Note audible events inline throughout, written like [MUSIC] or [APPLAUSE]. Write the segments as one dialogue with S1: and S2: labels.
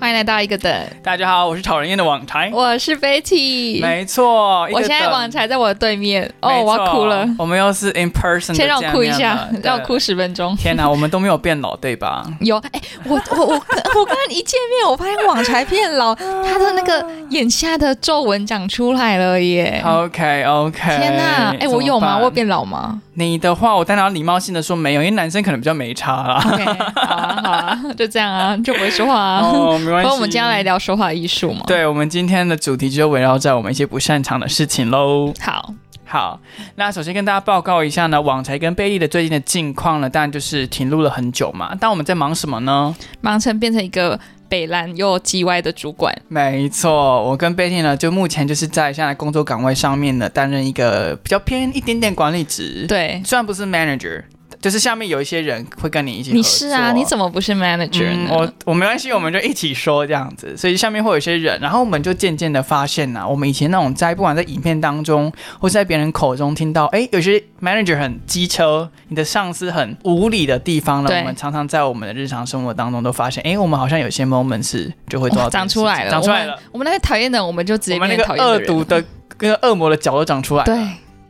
S1: 欢迎来到一个等，
S2: 大家好，我是讨人厌的网柴。
S1: 我是 Betty，
S2: 没哎错，一个
S1: 我现在
S2: 等
S1: 网才在我的对面，哦，
S2: 没
S1: 我
S2: 错
S1: 要哭了，
S2: 我们又是 in person，的
S1: 先让我哭一下
S2: 见面了，
S1: 让我。哭
S2: 对
S1: 十分钟。
S2: 天哪，我们都没有变老，对吧？
S1: 有，哎、我我我我刚刚一见面，我发现网才变
S2: [LAUGHS] 啊
S1: 老，他的那个眼下的皱纹长出来了耶！
S2: OK OK，
S1: 嗯天哪，哎、我有吗？我有变老吗
S2: 你的话，我当然要礼貌性的说没有，因为男生可能比较没差
S1: [LAUGHS]
S2: 啦。 [LAUGHS]
S1: ？OK，好啊好啊，就这样啊，就不会说话啊。
S2: 哦，没
S1: 不
S2: 关系。
S1: 然我们今天来。哦聊说话艺术嘛。，
S2: 对我们今天的主题就围绕在我们一些不擅长的事情喽。
S1: 好，
S2: 好，那首先跟大家报告一下呢，网才跟贝利的最近的近况呢，当然就是停录了很久嘛。但我们在忙什么呢？
S1: 忙成变成一个北蓝又叽歪的主管，
S2: 没错，我跟贝蒂呢，就目前就是在现在工作岗位上面呢，担任一个比较偏一点点管理职，，
S1: 对，
S2: 虽然不是 manager，就是下面有一些人会跟你一起合作。
S1: 你是啊，你怎么不是 manager
S2: 嗯
S1: 呢？
S2: 我我没关系，我们就一起说这样子，所以下面会有一些人，然后我们就渐渐的发现呐、我们以前那种在不管在影片当中，或是在别人口中听到，哎，有些 manager 很机车，你的上司很无理的地方呢，
S1: 对
S2: 我们常常在我们的日常生活当中都发现，哎，我们好像有些 moment 是就会做到
S1: 哇
S2: 这
S1: 长
S2: 件事
S1: 哦
S2: 情
S1: 出来了，
S2: 长出来了
S1: 我。们。我们那些讨厌的人，我们就直接
S2: 我们那
S1: 变
S2: 个
S1: 讨厌
S2: 恶
S1: 的人。
S2: 毒的、啊跟恶魔的角都长出来了。
S1: 对，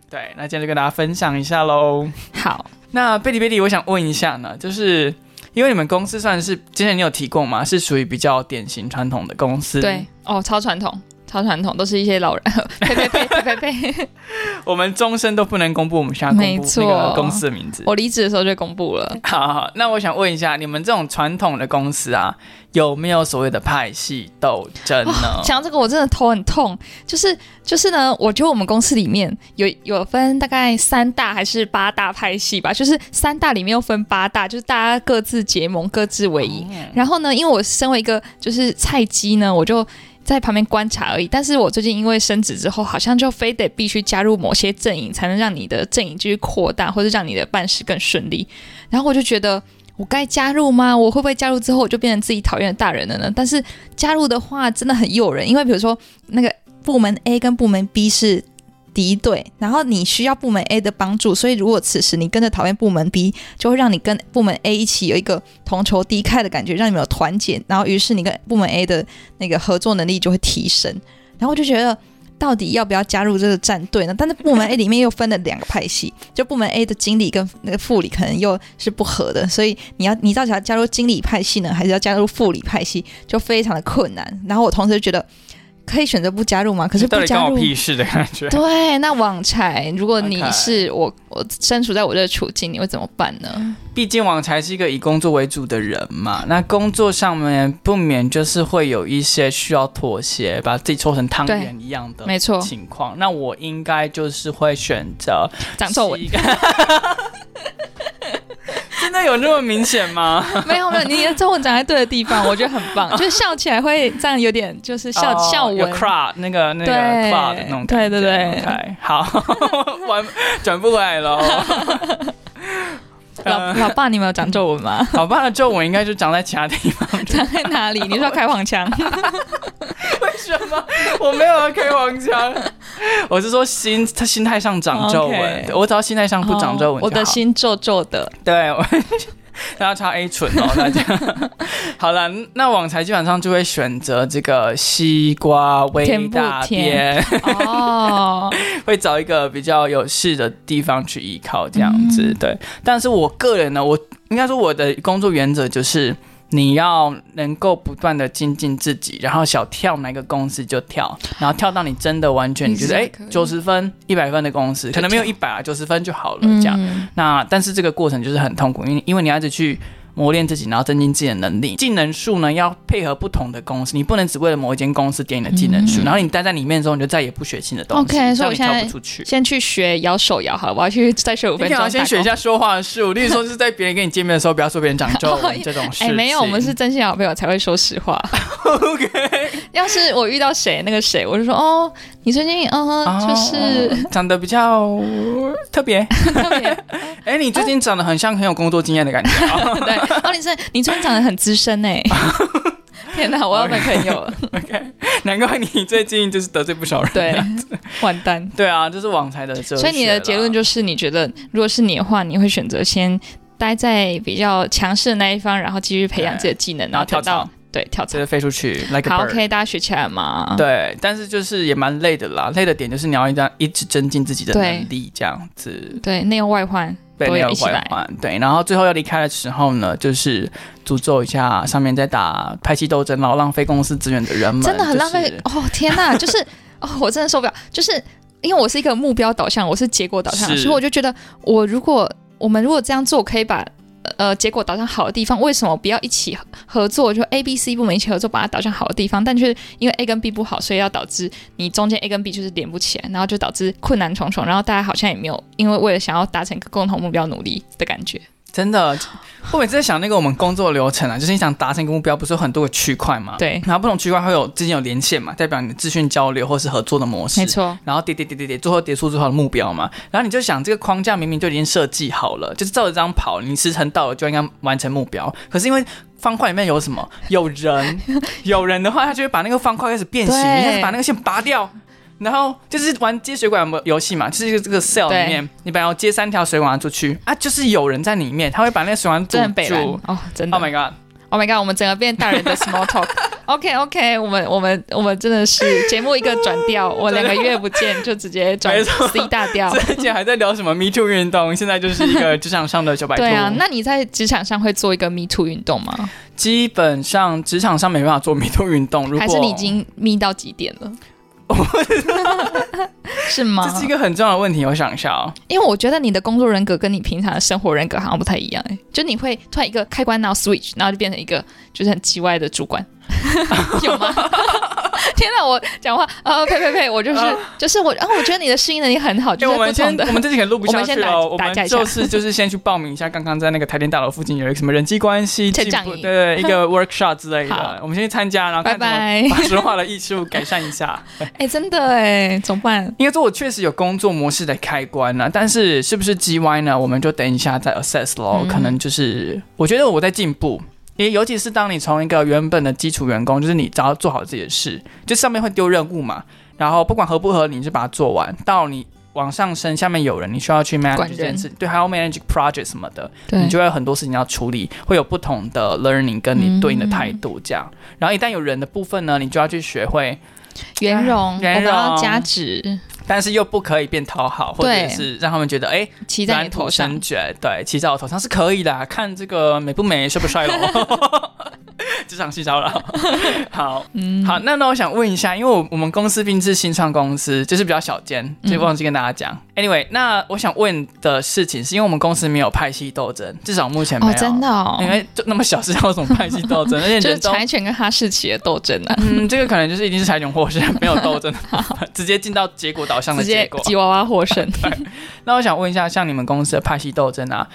S2: 对，那今天就跟大家分享一下喽。
S1: 好，
S2: 那贝里贝里，我想问一下呢，就是因为你们公司算是之前你有提过嘛，是属于比较典型传统的公司。
S1: 对，，哦，超传统，超传统，都是一些老人， [LAUGHS] 呸呸呸呸呸
S2: [LAUGHS]
S1: 呸。
S2: 我们终身都不能公布我们现在公
S1: 没
S2: 布
S1: 错
S2: 那个公司的名字。
S1: 我离职的时候就公布了，
S2: 好好好，那我想问一下，你们这种传统的公司啊，有没有所谓的派系斗争呢？
S1: 想到这个我真的头很痛，就是就是呢，我觉得我们公司里面有有分大概三大还是八大派系吧，就是三大里面又分八大，就是大家各自结盟，各自为营。
S2: 嗯哦
S1: 然后呢，因为我身为一个就是菜鸡呢，我就在旁边观察而已。但是我最近因为升职之后，好像就非得必须加入某些阵营，才能让你的阵营继续扩大，或者让你的办事更顺利。然后我就觉得。我该加入吗？我会不会加入之后我就变成自己讨厌的大人了呢？但是加入的话真的很诱人，因为比如说那个部门 A 跟部门 B 是敌对，然后你需要部门 A 的帮助，所以如果此时你跟着讨厌部门 B，就会让你跟部门 A 一起有一个同仇敌忾的感觉，让你们有团结，然后于是你跟部门 A 的那个合作能力就会提升。然后我就觉得。到底要不要加入这个战队呢？但是部门 A 里面又分了两个派系，就部门 A 的经理跟那个副理可能又是不合的，所以你要你到底要加入经理派系呢，还是要加入副理派系，就非常的困难。然后我同时就觉得可以选择不加入嘛，可是
S2: 到
S1: 不
S2: 底
S1: 加
S2: 关我
S1: 入
S2: 屁事的感觉。
S1: 对，那网柴，如果你
S2: OK
S1: 是我，我身处在我这个处境，你会怎么办呢？
S2: 毕竟网才是一个以工作为主的人嘛，那工作上面不免就是会有一些需要妥协，把自己搓成汤圆一样的
S1: 没错，
S2: 情况。那我应该就是会选择
S1: 长皱纹
S2: 吸 [LAUGHS] 真的有那么明显吗？
S1: 没有没有，你的皱纹长在对的地方，我觉得很棒，就是笑起来会这样有点就是 [LAUGHS] 笑、
S2: 哦
S1: 笑
S2: 有
S1: 纹。
S2: crowd 那个那个
S1: 对
S2: crowd 的那种感
S1: 对
S2: 觉
S1: 对对
S2: OK，好， [LAUGHS] 玩转不回来了。？
S1: 老老爸，你们有长皱纹吗
S2: [LAUGHS] 老爸的皱纹应该就长在其他地方。
S1: 长在哪里？你说开黄腔？
S2: 为什么 [LAUGHS] 我没有要开黄腔？我是说心，他心态上长皱纹
S1: OK
S2: 对我只要心态上不长皱纹、
S1: 哦我的，心皱皱
S2: [LAUGHS]
S1: 的。
S2: 对，我大家插 A 醇
S1: [LAUGHS]
S2: 哦，大家。好了，那网才基本上就会选择这个西瓜微
S1: 甜不
S2: 大
S1: 甜
S2: 边，
S1: 哦，
S2: [LAUGHS] 会找一个比较有事的地方去依靠，这样子、
S1: 嗯
S2: 对。但是我个人呢，我应该说我的工作原则就是。你要能够不断的精进自己，然后想跳哪个公司就跳，然后跳到你真的完全你觉得
S1: 你
S2: 哎
S1: 是可以
S2: 九十分、一百分的公司，可能没有一百啊，九十分就好了这样。
S1: 嗯
S2: 那但是这个过程就是很痛苦，因为因为你要一直去磨练自己，然后增进自己的能力。技能树呢要配合不同的公司，你不能只为了某一间公司点你的技能树，
S1: 嗯
S2: 然后你待在里面之后你就再也不学新的东西
S1: OK，所以我
S2: 这样你
S1: 现
S2: 跳
S1: 在
S2: 不出去。
S1: 先去学摇手摇好了，我要去再学五
S2: 你
S1: 分
S2: 可
S1: 钟。
S2: 能要先学一。下说话术，例如 [LAUGHS] 说是在别人跟你见面的时候，不要说别人长皱
S1: 哦
S2: [LAUGHS] 纹这种事情。
S1: 哎，没有，我们是真心好朋友才会说实话。
S2: [LAUGHS] OK，
S1: 要是我遇到谁那个谁，我就说哦，你最近嗯、
S2: 哦
S1: 就是 [LAUGHS]
S2: 长得比较特别。
S1: 特别
S2: 哎，你最近长得很像很有工作经验的 [LAUGHS] 感觉。哦
S1: [LAUGHS] 对哦，你是你最近长得很资深哎、 [LAUGHS] 天哪，我要没朋友
S2: 哦
S1: 了，
S2: OK，难怪你最近就是得罪不少人。
S1: 对， [LAUGHS] 完蛋。
S2: 对啊，就是网才的哲学啦。
S1: 所以你的结论就是，你觉得如果是你的话，你会选择先待在比较强势的那一方，然后继续培养自己的技能，
S2: 然后
S1: 得
S2: 跳槽
S1: 到对，跳
S2: 就
S1: 槽。
S2: 是飞
S1: [LAUGHS]
S2: 出去，like a
S1: 好
S2: bird。
S1: ，OK，大家学起来嘛。
S2: 对，但是就是也蛮累的啦。累的点就是你要一张一直增进自己的
S1: 对
S2: 能力，这样子
S1: 对，内忧外患。
S2: 被
S1: 都
S2: 没
S1: 要
S2: 有
S1: 一起
S2: 坏
S1: 来
S2: 环。对，然后最后要离开的时候呢，就是诅咒一下上面在打派系斗争，然后浪费公司资源的人们，
S1: 真的很浪费、
S2: 就是
S1: 哦！天哪，
S2: [LAUGHS]
S1: 就是哦，我真的受不了，就是因为我是一个目标导向，我是结果导向，
S2: 是
S1: 所以我就觉得，我如果我们如果这样做，可以把。呃，结果导向好的地方，为什么不要一起合合作？就 A、B、C 部门一起合作，把它导向好的地方，但却因为 A 跟 B 不好，所以要导致你中间 A 跟 B 就是连不起来，然后就导致困难重重，然后大家好像也没有因为为了想要达成一个共同目标努力的感觉。
S2: 真的，我每次在想那个我们工作流程啊，就是你想达成一个目标，不是有很多个区块嘛？。
S1: 对，
S2: 然后不同区块会有之间有连线嘛，代表你的资讯交流或是合作的模式。
S1: 没错，
S2: 然后叠叠叠叠叠，最后叠出最后的目标嘛。然后你就想，这个框架明明就已经设计好了，就是照着这样跑，你时辰到了就应该完成目标。可是因为方块里面有什么？有
S1: [LAUGHS]
S2: 人，有人的话，他就会把那个方块开始变形，
S1: 对
S2: 你开始把那个线拔掉。然后就是玩接水管游戏嘛，就是这个 cell
S1: 对
S2: 里面，你本来要接三条水管出去啊，就是有人在里面，他会把那个水管堵
S1: 真的很北蓝
S2: 住。
S1: 哦，真的
S2: Oh my god！
S1: Oh my god！我们整个变大人
S2: [LAUGHS]
S1: 的 small talk。OK OK，我们我们我们真的是节目一个转
S2: [LAUGHS]
S1: 调，我两个月不见就直接转
S2: 没错
S1: C 大
S2: [LAUGHS]
S1: 调。
S2: 之前还在聊什么 Me Too 运动，现在就是一个职场上的小白兔。
S1: 对啊，那你在职场上会做一个 Me Too 运动吗？
S2: 基本上职场上没办法做 Me Too 运动，如果
S1: 还是你已经 Me 到极点
S2: [LAUGHS]
S1: 了？ [LAUGHS] 是吗
S2: 这？是一个很重要的问题，我想一下哦。
S1: 因为我觉得你的工作人格跟你平常的生活人格好像不太一样、欸，就你会突然一个开关然后 switch，然后就变成一个就是很奇怪的主管， [LAUGHS] 有吗？ [LAUGHS] 天哪，我讲话呃呸呸呸，我就是、
S2: 啊
S1: 就是我，然、后我觉得你的适应能力很好，
S2: 因
S1: 就
S2: 为
S1: 是
S2: 我
S1: 不
S2: 们
S1: 同
S2: 先，
S1: 的
S2: 我。们这集可能录不下
S1: 我们
S2: 去
S1: 先打
S2: 了，我
S1: 打架
S2: 们
S1: 一下
S2: 就是就是先去报名一下，刚刚在那个台电大楼附近有一个什么人际关系
S1: 成
S2: 进
S1: 长
S2: 步
S1: 营
S2: 对一个 workshop 之类
S1: 好
S2: 的，我们先去参加，然后
S1: [LAUGHS] 拜
S2: 看怎么
S1: 拜！
S2: 把说话的艺术改善一下。
S1: 哎、真的哎，怎么办？
S2: 应该说，我确实有工作模式的开关了、但是是不是 GY 呢？我们就等一下再 assess 咯。
S1: 嗯
S2: 可能就是我觉得我在进步，也尤其是当你从一个原本的基础员工，就是你只要做好自己的事，就上面会丢任务嘛，然后不管合不合理，你就把它做完。到你往上升，下面有人，你需要去
S1: 管
S2: manage
S1: 人
S2: 这件事，对，还要 manage project 什么的，
S1: 对
S2: 你就会有很多事情要处理，会有不同的 learning 跟你对应
S1: 嗯
S2: 的态度这样。然后一旦有人的部分呢，你就要去学会
S1: 圆融，
S2: 哎圆
S1: 我们要
S2: 融
S1: 加值，
S2: 但是又不可以变讨好，或
S1: 对
S2: 者是让他们觉得哎、诶
S1: 骑在你
S2: 软土
S1: 头上
S2: 生。卷，对，骑在我头上是可以的啊，看这个美不美，帅不帅咯。 [LAUGHS] 职场性骚扰，好，
S1: 嗯
S2: 好，那那我想问一下，因为我我们公司毕竟是新创公司，就是比较小间，就忘记跟大家讲。Anyway，那我想问的事情是因为我们公司没有派系斗争，至少目前没
S1: 哦，
S2: 有，
S1: 真的哦
S2: 因，为就那么小，是要有什么派系斗
S1: [LAUGHS]
S2: 争？而且
S1: 就是
S2: 人都
S1: 柴犬跟哈士奇的斗争啊，
S2: 嗯，这个可能就是一定是柴犬获胜，没有斗争的部
S1: [LAUGHS]
S2: 分，直接进到结果导向的
S1: 直
S2: 结
S1: 接
S2: 果。
S1: 吉娃娃获胜。
S2: 那我想问一下，像你们公司的派系斗争啊，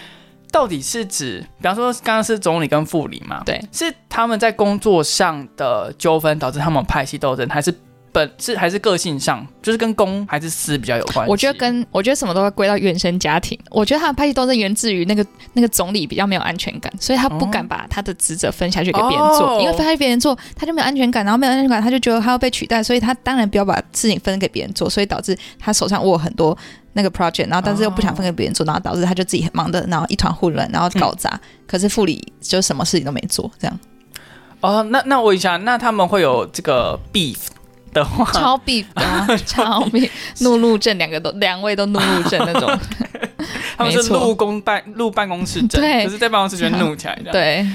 S2: 到底是指，比方说刚刚是总理跟副理嘛，
S1: 对，
S2: 是他们在工作上的纠纷导致他们有派系斗争，还是本是还是个性上，就是跟公还是私比较有关系？
S1: 我觉得跟我觉得什么都会归到原生家庭。我觉得他的派系斗争源自于那个那个总理比较没有安全感，所以他不敢把他的职责分下去给别人做，
S2: 哦
S1: 因为分下去别人做，他就没有安全感，然后没有安全感，他就觉得他要被取代，所以他当然不要把事情分给别人做，所以导致他手上握很多那个 project，然后但是又不想分给别人做，然后导致他就自己很忙的，然后一团混乱，然后搞砸。可是副理就什么事情都没做，这样
S2: 哦，那那我问一下，那他们会有这个 beef 的话，
S1: [LAUGHS] 超必啊，超必怒路症，两个都两位都怒路症那种，
S2: 他们
S1: 没
S2: 是
S1: 错
S2: 入公办入办公室争，
S1: 对啊
S2: 可是在办公室就会怒起来的。
S1: 对。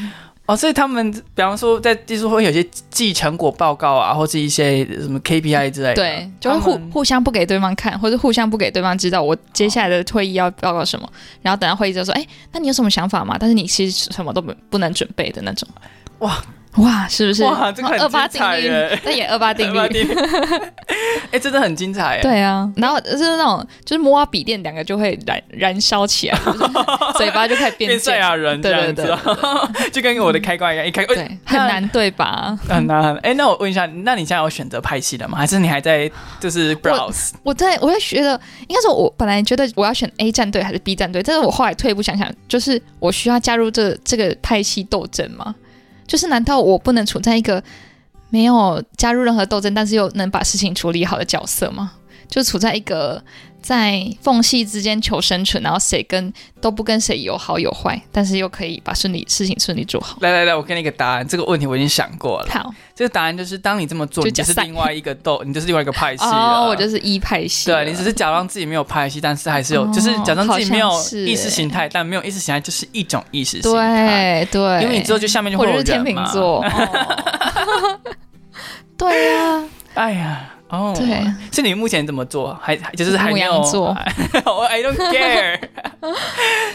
S2: 哦，所以他们比方说在技术会有一些记成果报告啊，或是一些什么 KPI 之类的，
S1: 对，就会
S2: 他
S1: 互
S2: 们
S1: 互相不给对方看，或者互相不给对方知道我接下来的会议要报告什么，然后等到会议就说，哎，那你有什么想法吗？但是你其实什么都不不能准备的那种。
S2: 哇
S1: 哇，是不是？
S2: 哇这个很
S1: 二八
S2: 精
S1: 定
S2: 彩
S1: 律
S2: 耶，
S1: 那也二八定律。
S2: 定律，
S1: [LAUGHS]
S2: 哎，真的很精彩耶。
S1: 对啊，然后就是那种，就是摸到笔电，两个就会燃燃烧起来，就是嘴巴就开始
S2: 变
S1: 变
S2: 赛
S1: 贱。
S2: 亚人这
S1: 对对
S2: 样子啊， [LAUGHS] 就跟我的开关一样，一开关
S1: 对，很难对吧？
S2: 哎很难。哎，那我问一下，那你现在有选择派系了吗？还是你还在就是 browse？
S1: 我在我在觉得，应该是我本来觉得我要选 A 战队还是 B 战队，但是我后来退一步想想，就是我需要加入这这个派系斗争吗？就是难道我不能处在一个没有加入任何斗争，但是又能把事情处理好的角色吗？就处在一个在缝隙之间求生存，然后谁跟都不跟谁有好有坏，但是又可以把顺利事情顺利做好。
S2: 来来来，我给你一个答案。这个问题我已经想过了。
S1: 好，
S2: 这个答案就是，当你这么做，
S1: 就
S2: 你就是
S1: 假赛
S2: 另外一个斗，你就是另外一个派系了。
S1: 哦，我就是一派系啊了，
S2: 对啊你只是假装自己没有派系，但是还是有，就是
S1: 哦
S2: 假装自己没有
S1: 好像是
S2: 意识形态，但没有意识形态就是一种意识形态。
S1: 对对，
S2: 因为你之后就下面就
S1: 我
S2: 会
S1: 就
S2: 有
S1: 是天
S2: 人
S1: 秤
S2: 嘛。
S1: 座。 [LAUGHS] 哦对呀、啊，
S2: 哎呀，哦，
S1: 对，
S2: 是你目前怎么做？还还就是还没
S1: 牧
S2: 有
S1: 羊座
S2: [LAUGHS] 我 I
S1: [LAUGHS]
S2: don't care。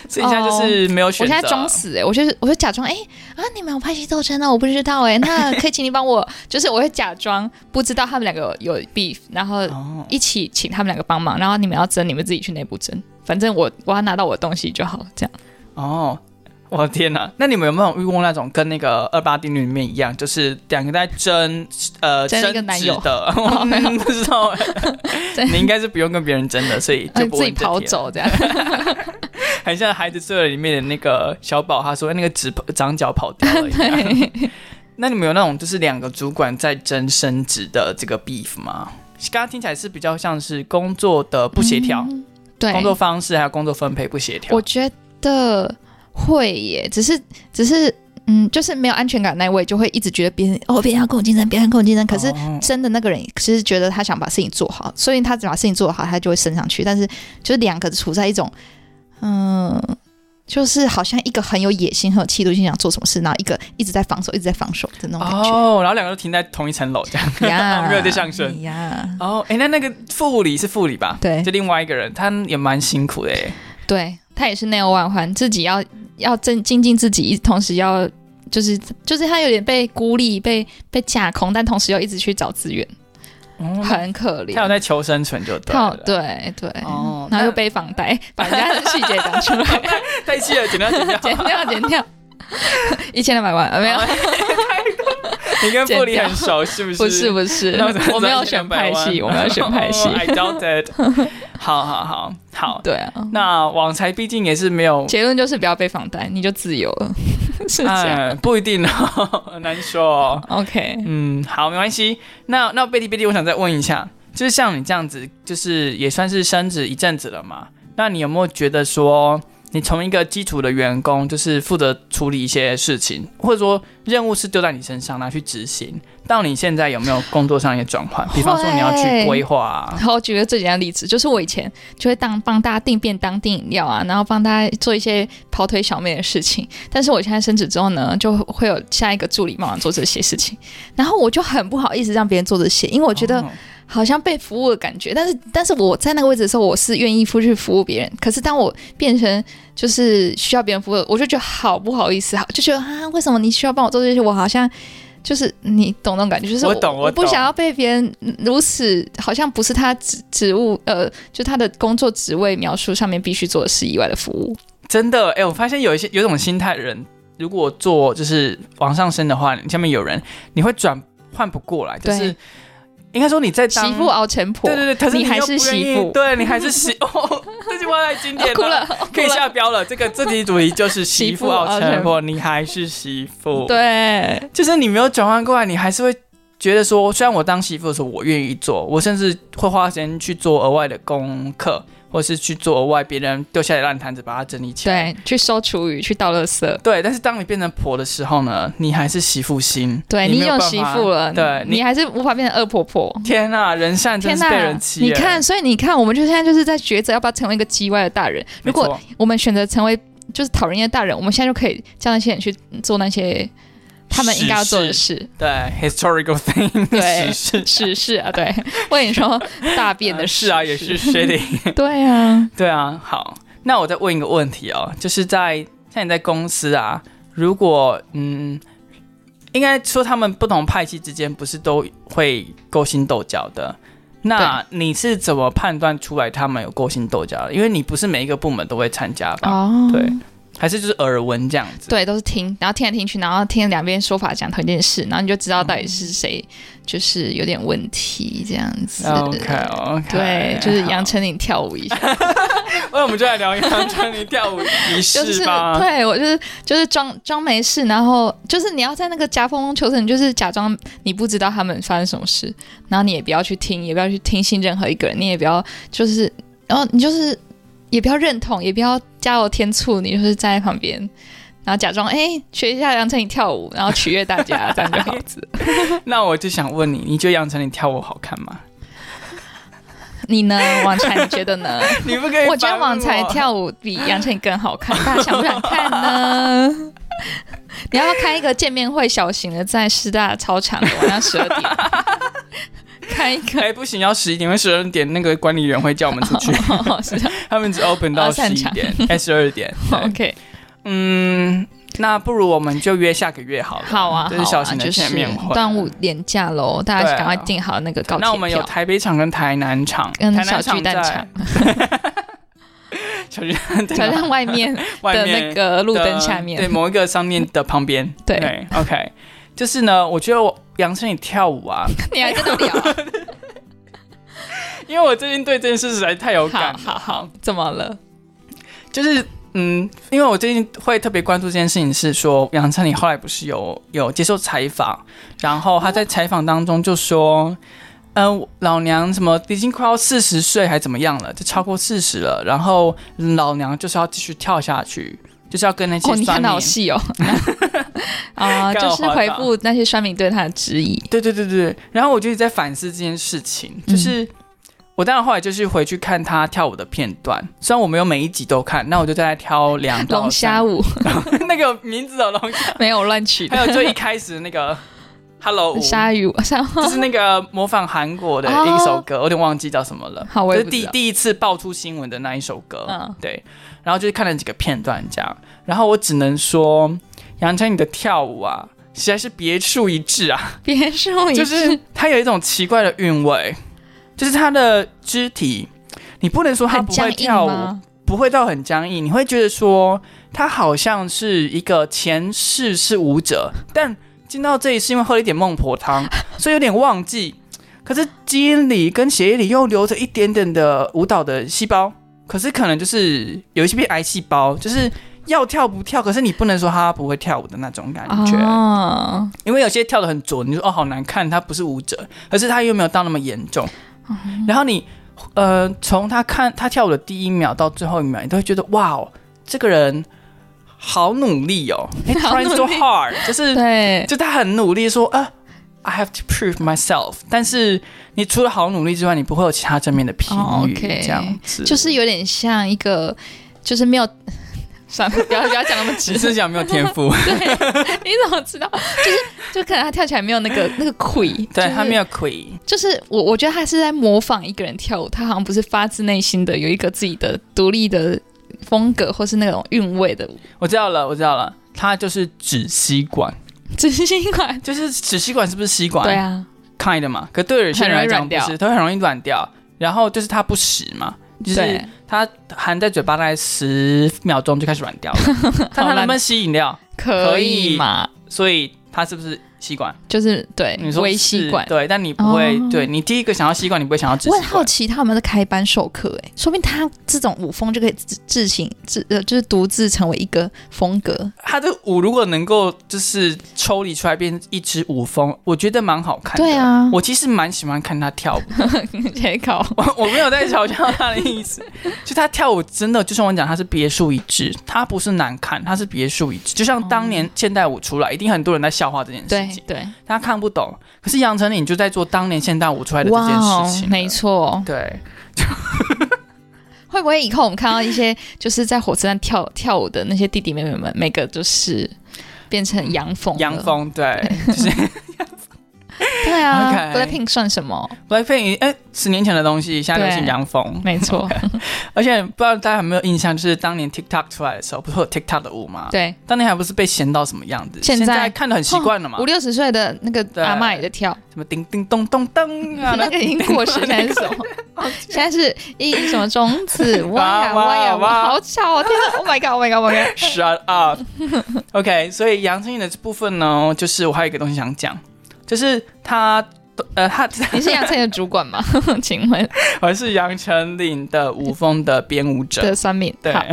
S2: 所以你现在就是没有
S1: 我
S2: 选
S1: 现
S2: 择。
S1: 在装死哎、我就是我就假装哎、啊，你们有拍戏斗争呢，我不知道哎、
S2: [LAUGHS]
S1: 那可以请你帮我，就是我会假装不知道他们两个有有 beef，然后
S2: 哦，
S1: 一起请他们两个帮忙，然后你们要争，你们自己去内部争，反正我我要拿到我的东西就好，这样。
S2: 哦，我的天哪！那你们有没有遇过那种跟那个二八定律里面一样，就是两个在争呃
S1: 争一个
S2: 争
S1: 男
S2: 执
S1: 友
S2: 的？ [LAUGHS]
S1: 哦
S2: 我
S1: 没有
S2: 不知道欸，
S1: [LAUGHS] 对
S2: 你应该是不用跟别人争的，所以就
S1: 嗯
S2: 不
S1: 自己
S2: 问这
S1: 跑
S2: 题了。
S1: 走这样，
S2: 很像《孩子醉了》里面的那个小宝，他说那个纸呃长脚跑掉
S1: [LAUGHS]
S2: 了一样。那你们有那种就是两个主管在争升职的这个 beef 吗？刚刚听起来是比较像是工作的 [LAUGHS] 不协调，
S1: 嗯对，
S2: 工作方式还有工作分配不协调
S1: 我。觉得会耶，只是只是嗯，就是没有安全感那一位就会一直觉得别人哦，别人要跟我竞争，别人要跟我竞争。可是
S2: 哦
S1: 真的那个人其实觉得他想把事情做好，所以他只把事情做好，他就会升上去。但是就是两个处在一种嗯。就是好像一个很有野心、很有企图心想做什么事，然后一个一直在防守、一直在防守的那种感
S2: [LAUGHS]
S1: 觉。
S2: 哦，然后两个都停在同一层楼这样。
S1: 呀
S2: 没有在上升
S1: 呀，
S2: 哦，哎，那那个副理是副理吧？
S1: 对
S2: 就另外一个人，他也蛮辛苦的哎。
S1: 对他也是内忧外患，自己要要正精进自己，同时要就是就是他有点被孤立、被被架空，但同时又一直去找资源，
S2: 哦
S1: 很可怜。
S2: 他有在求生存就对
S1: 靠
S2: 了。
S1: 对对，
S2: 哦
S1: 然后又
S2: 那
S1: 背房贷，把人家的细节讲出
S2: [LAUGHS]
S1: 来，
S2: 太气了，剪掉剪掉。
S1: 剪掉剪掉，一千两百万 [LAUGHS] 呃没
S2: [LAUGHS]
S1: 有，
S2: 你跟
S1: 剪
S2: 布里
S1: 掉
S2: 很熟是不是？
S1: 不是不 [LAUGHS] 是
S2: 那怎么知，道
S1: 我没有
S2: 是
S1: 选
S2: 200
S1: 派系，
S2: 万，
S1: 我没有选派系
S2: I [LAUGHS] 哦哎 doubt it
S1: [LAUGHS]
S2: 好好好好，
S1: 对啊。
S2: 那网才毕竟也是没有，
S1: 结论就是不要背房贷，你就自由了， [LAUGHS] 是这样。
S2: 嗯，不一定哦，很难说
S1: [LAUGHS]
S2: 哦。
S1: OK，
S2: 嗯，好，没关系。那那贝蒂贝蒂，我想再问一下，就是像你这样子，就是也算是升职一阵子了嘛？那你有没有觉得说，你从一个基础的员工，就是负责处理一些事情，或者说任务是丢在你身上拿去执行，到你现在有没有工作上一些转换？比方说你要去
S1: 会
S2: 规划、啊
S1: 然，后我举个最简单的例子，就是我以前就会当啊帮大家订便当、订饮料啊，然后帮大家做一些跑腿小妹的事情。但是我现在升职之后呢，就会有下一个助理帮忙做这些事情，然后我就很不好意思让别人做这些，因为我觉得
S2: 哦
S1: 好像被服务的感觉。但是，但是我在那个位置的时候，我是愿意出去服务别人。可是当我变成就是需要别人服务，我就觉得好不好意思，好就觉得啊，为什么你需要帮我做这些？我好像。就是你懂那种感觉，就是
S2: 我懂我
S1: 我不
S2: 懂
S1: 想要被别人如此，好像不是他职职务，呃，就他的工作职位描述上面必须做的事以外的服务。
S2: 真的，哎、我发现有一些有一种心态的人，如果做就是往上升的话，你下面有人，你会转换不过来，就
S1: 对
S2: 是应该说你在当
S1: 媳妇熬成婆，
S2: 对对对，可是
S1: 你还
S2: 又
S1: 是
S2: 不愿意
S1: 媳妇
S2: 对你还是媳， [LAUGHS] 哦，这句话太经典
S1: 啊 [LAUGHS] 哭了，
S2: 可以
S1: 哭了哦
S2: 下标了。这个这题主题就
S1: [LAUGHS]
S2: 是媳妇熬成婆，你还是媳妇，，
S1: 对，
S2: [LAUGHS] 就是你没有转换过来，你还是会。觉得说，虽然我当媳妇的时候，我愿意做，我甚至会花时间去做额外的功课，或是去做额外别人丢下来的烂摊子，把它整理起来。
S1: 对，去收厨余，去倒垃圾，
S2: 对，但是当你变成婆的时候呢，你还是媳妇心，
S1: 对
S2: 你没
S1: 有
S2: 办
S1: 媳
S2: 法
S1: 妇了，
S2: 对
S1: 你
S2: 你，
S1: 还是无法变成恶婆婆。
S2: 天呐，人善真
S1: 天
S2: 是
S1: 呐
S2: 被人欺，
S1: 你
S2: 耶
S1: 看，，所以你看，我们就现在就是在抉择要不要成为一个叽歪的大人。
S2: 没
S1: 如果
S2: 错
S1: 我们选择成为就是讨人厌的大人，我们现在就可以叫那些人去做那些他们应该要做的事，
S2: 对 historical thing，
S1: 对
S2: 是
S1: 是是啊，
S2: [LAUGHS]
S1: 对。我跟你说，大便的
S2: 是啊，也是 shitty，
S1: 对啊，
S2: 对啊。好，那我再问一个问题哦，就是在像你在公司啊，如果嗯，应该说他们不同派系之间不是都会勾心斗角的。那你是怎么判断出来他们有勾心斗角的？因为你不是每一个部门都会参加吧？
S1: 哦
S2: 啊对，还是就是耳闻这样子。
S1: 对，都是听，然后听来听去，然后听两边说法讲同一件事，然后你就知道到底是谁就是有点问题这样子。
S2: 哦 OK OK，
S1: 对，就是杨丞琳跳舞一下，
S2: 那我们就来聊一聊穿你跳舞仪
S1: 就是
S2: 式吧。
S1: 对我就是就是装装没事，然后就是你要在那个夹缝中求生，你就是假装你不知道他们发生什么事，然后你也不要去听，也不要去听信任何一个人，你也不要就是，然后你就是也不要认同，也不要加油添醋，你就是站在旁边，然后假装哎、学一下杨丞琳跳舞，然后取悦大家，这样就好子。
S2: 那我就想问你，你觉得杨丞琳跳舞好看
S1: [LAUGHS]
S2: 吗？
S1: 你呢，王才，你觉得呢？ [LAUGHS]
S2: 你不可以，
S1: 我觉得网才。跳舞比杨丞琳更好看，大家想不想看呢？ [LAUGHS] 你要开一个见面会，小型的，在师大操场晚上十二
S2: [LAUGHS]
S1: 点，开一 [LAUGHS]
S2: 哎、
S1: 个。
S2: 不行，要十一点，因为十二点那个管理员会叫我们
S1: [LAUGHS]
S2: 出去，
S1: 哦，是的
S2: 他们只 open
S1: 哦
S2: 到十
S1: 散
S2: 一
S1: 场
S2: 点，哎，十
S1: [LAUGHS]
S2: 二点。对
S1: ，OK，
S2: 嗯，那不如我们就约下个月好了。
S1: 好啊，
S2: 这
S1: 好
S2: 是小
S1: 啊，
S2: 型
S1: 就
S2: 的见
S1: 是
S2: 面会。
S1: 端午连假喽，大
S2: 对啊
S1: 家赶快订好那个高铁
S2: 那我们有
S1: 票，
S2: 台北场跟台南场，
S1: 跟
S2: 台
S1: 小
S2: 南
S1: 巨
S2: 场
S1: 蛋
S2: 在
S1: 场，
S2: [LAUGHS] 小巨蛋在
S1: 挑
S2: 哪
S1: 战外
S2: [LAUGHS]
S1: 面
S2: 外
S1: 的
S2: 面
S1: 那个路灯下
S2: 对
S1: 面。
S2: 某一个商店的旁边。
S1: 对
S2: o k 就是呢，我觉得我杨丞琳跳舞啊，
S1: [LAUGHS] 你还跟得
S2: [LAUGHS]
S1: 了？
S2: 因为我最近对这件事实在太有感
S1: 好
S2: 了，
S1: 好好，怎么了？
S2: 就是。嗯，因为我最近会特别关注这件事情，是说杨丞琳后来不是有有接受采访，然后她在采访当中就说，嗯、老娘什么已经快要四十岁还怎么样了，就超过四十了，然后老娘就是要继续跳下去，就是要跟那些
S1: 哦，你看
S2: 酸民
S1: 到好细
S2: [LAUGHS]
S1: 哦。啊，
S2: 干
S1: 就
S2: 我
S1: 是
S2: 滑
S1: 回
S2: 倒
S1: 复那些酸民对他的质疑。
S2: 对对对对，然后我就一直在反思这件事情，
S1: 嗯
S2: 就是、我当然后来就是回去看他跳舞的片段，虽然我没有每一集都看，那我就大概挑两到
S1: 龙虾
S2: 舞，
S1: 舞
S2: [LAUGHS]
S1: [LAUGHS]
S2: 那个名字的龙虾，
S1: 没有乱取
S2: 还
S1: 的，
S2: 有最一开始那个 Hello 舞，
S1: 鲨鱼舞， [LAUGHS] 鲨
S2: 就是那个模仿韩国的一首歌，我有点忘记叫什么了，
S1: 好哦我
S2: 就
S1: 也
S2: 是
S1: 不
S2: 第
S1: 知道
S2: 第一次爆出新闻的那一首歌，
S1: 嗯
S2: 对，然后就是看了几个片段这样，然后我只能说杨丞琳的跳舞啊，实在是别树一帜啊。
S1: 别墅
S2: 就
S1: 也
S2: 是它有一种奇怪的韵味，就是它的肢体，你不能说它
S1: 很
S2: 不
S1: 僵
S2: 会
S1: 硬
S2: 跳舞，
S1: 吗？
S2: 不会到很僵硬，你会觉得说它好像是一个前世是舞者，但进到这里是因为喝了一点孟婆汤，所以有点忘记。可是基因里跟血液里又留着一点点的舞蹈的细胞，可是可能就是有一些癌细胞，就是要跳不跳，可是你不能说他不会跳舞的那种感觉。
S1: 哦，
S2: 因为有些跳的很准，你说哦好难看，他不是舞者，可是他又没有到那么严重。
S1: 嗯
S2: 然后你呃，从他看他跳舞的第一秒到最后一秒，你都会觉得哇哦，这个人好努力哦
S1: [LAUGHS]
S2: ，he
S1: 好
S2: trying
S1: 努
S2: so
S1: 力
S2: hard，就是
S1: 对，
S2: 就他很努力说啊。I have to prove myself，但是你除了好努力之外，你不会有其他正面的评
S1: 哦
S2: 语，
S1: ，OK，
S2: 这样子
S1: 就是有点像一个，就是没有， [LAUGHS] 算了，不要不要讲那么直
S2: 只。是讲没有天
S1: [LAUGHS]
S2: 赋，
S1: 对，你怎么知道？就是就可能他跳起来没有那个那个魁，就
S2: 对
S1: 是
S2: 他没有 queen，
S1: 就是我，我觉得他是在模仿一个人跳舞，他好像不是发自内心的有一个自己的独立的风格或是那种韵味的舞。
S2: 我知道了，我知道了，他就是指吸管，
S1: 真心话，
S2: 就是指吸管是不是吸管？
S1: 对啊，
S2: kind 嘛，可对有些人来讲不
S1: 很容易
S2: 是，它会很容易软掉。然后就是它不实嘛，就是
S1: 对，
S2: 它含在嘴巴大概十秒钟就开始软掉
S1: [LAUGHS]
S2: 了。看它能不能吸饮料，
S1: 可
S2: 以
S1: 以嘛？
S2: 所以它是不是吸管？
S1: 就是对
S2: 你，说
S1: 微
S2: 是
S1: 吸管。
S2: 对，但你不会，
S1: 哦
S2: 对你第一个想要吸管，你不会想要指
S1: 我很
S2: 吸
S1: 好
S2: 管。
S1: 奇他有没有在开班授课、欸，说不定他这种舞风就可以自自行自呃，就是独自成为一个风格。
S2: 它的舞如果能够就是抽离出来变一支舞风，我觉得蛮好看的。
S1: 对啊，
S2: 我其实蛮喜欢看他跳舞，
S1: 结考
S2: 我我没有在嘲笑他的意思，就他跳舞真的，就像我讲，他是别树一帜，他不是难看，他是别树一帜。就像当年现代舞出来，一定很多人在笑话这件
S1: [LAUGHS] 对
S2: 事情，
S1: 对，
S2: 大家看不懂。可是杨丞琳就在做当年现代舞出来的这
S1: 哇
S2: 件事
S1: 哦
S2: 情，，
S1: 没，错。
S2: 对，
S1: 会不会以后我们看到一些就是在火车站跳跳舞的那些弟弟妹妹们，每个就是变成洋风？
S2: 杨，峰，对，就是
S1: 对啊
S2: OK
S1: ，Blackpink 算什么？
S2: Blackpink，哎，十年前的东西，现在流行
S1: 对
S2: 杨峰，
S1: 没错，
S2: [LAUGHS] 而且不知道大家有没有印象，就是当年 TikTok 出来的时候，不是有 TikTok 的舞吗？
S1: 对，
S2: 当年还不是被嫌到什么样子，
S1: 现
S2: 现
S1: 在
S2: 在看的很习惯了嘛
S1: 五，六十岁的那个
S2: 对
S1: 阿嬷也在跳，
S2: 什么叮叮咚咚咚
S1: [LAUGHS]
S2: 啊，
S1: 那个已经过时，现在是什么？现在是一什么种 [LAUGHS] 子挖呀
S2: 哇
S1: 挖呀
S2: 哇
S1: 挖，好吵哦！天啊，Oh my god，Oh my god，Oh [LAUGHS] my god！
S2: Shut up 。OK，所以杨丞琳的部分呢，就是我还有一个东西想讲，就是她呃，他 [LAUGHS]
S1: 你是杨丞琳的主管吗？ [LAUGHS] 请问
S2: 而是杨丞琳的《无风》的编舞者
S1: 的。酸敏，
S2: 对 [LAUGHS]
S1: 好，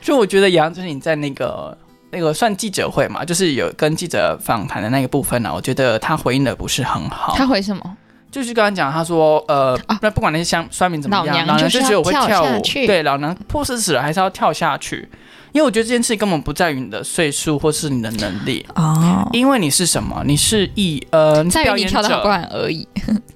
S2: 所以我觉得杨丞琳在那个那个算记者会嘛，就是有跟记者访谈的那个部分呢、我觉得他回应的不是很好。
S1: 他回什么？
S2: 就是刚刚讲，他说，呃
S1: 啊，
S2: 那、不管那些乡酸民怎么
S1: 老
S2: 样，
S1: 娘
S2: 老娘
S1: 就是
S2: 觉得
S1: 要
S2: 我会
S1: 跳
S2: 跳
S1: 下
S2: 舞，
S1: 去
S2: 对，老娘迫使死了还是要跳下去，因为我觉得这件事根本不在于你的岁数或是你的能力，
S1: 哦，
S2: 因为你是什么，你是艺呃，你是
S1: 在
S2: 表
S1: 于你
S2: 演
S1: 跳的好不
S2: 者，
S1: 好而已。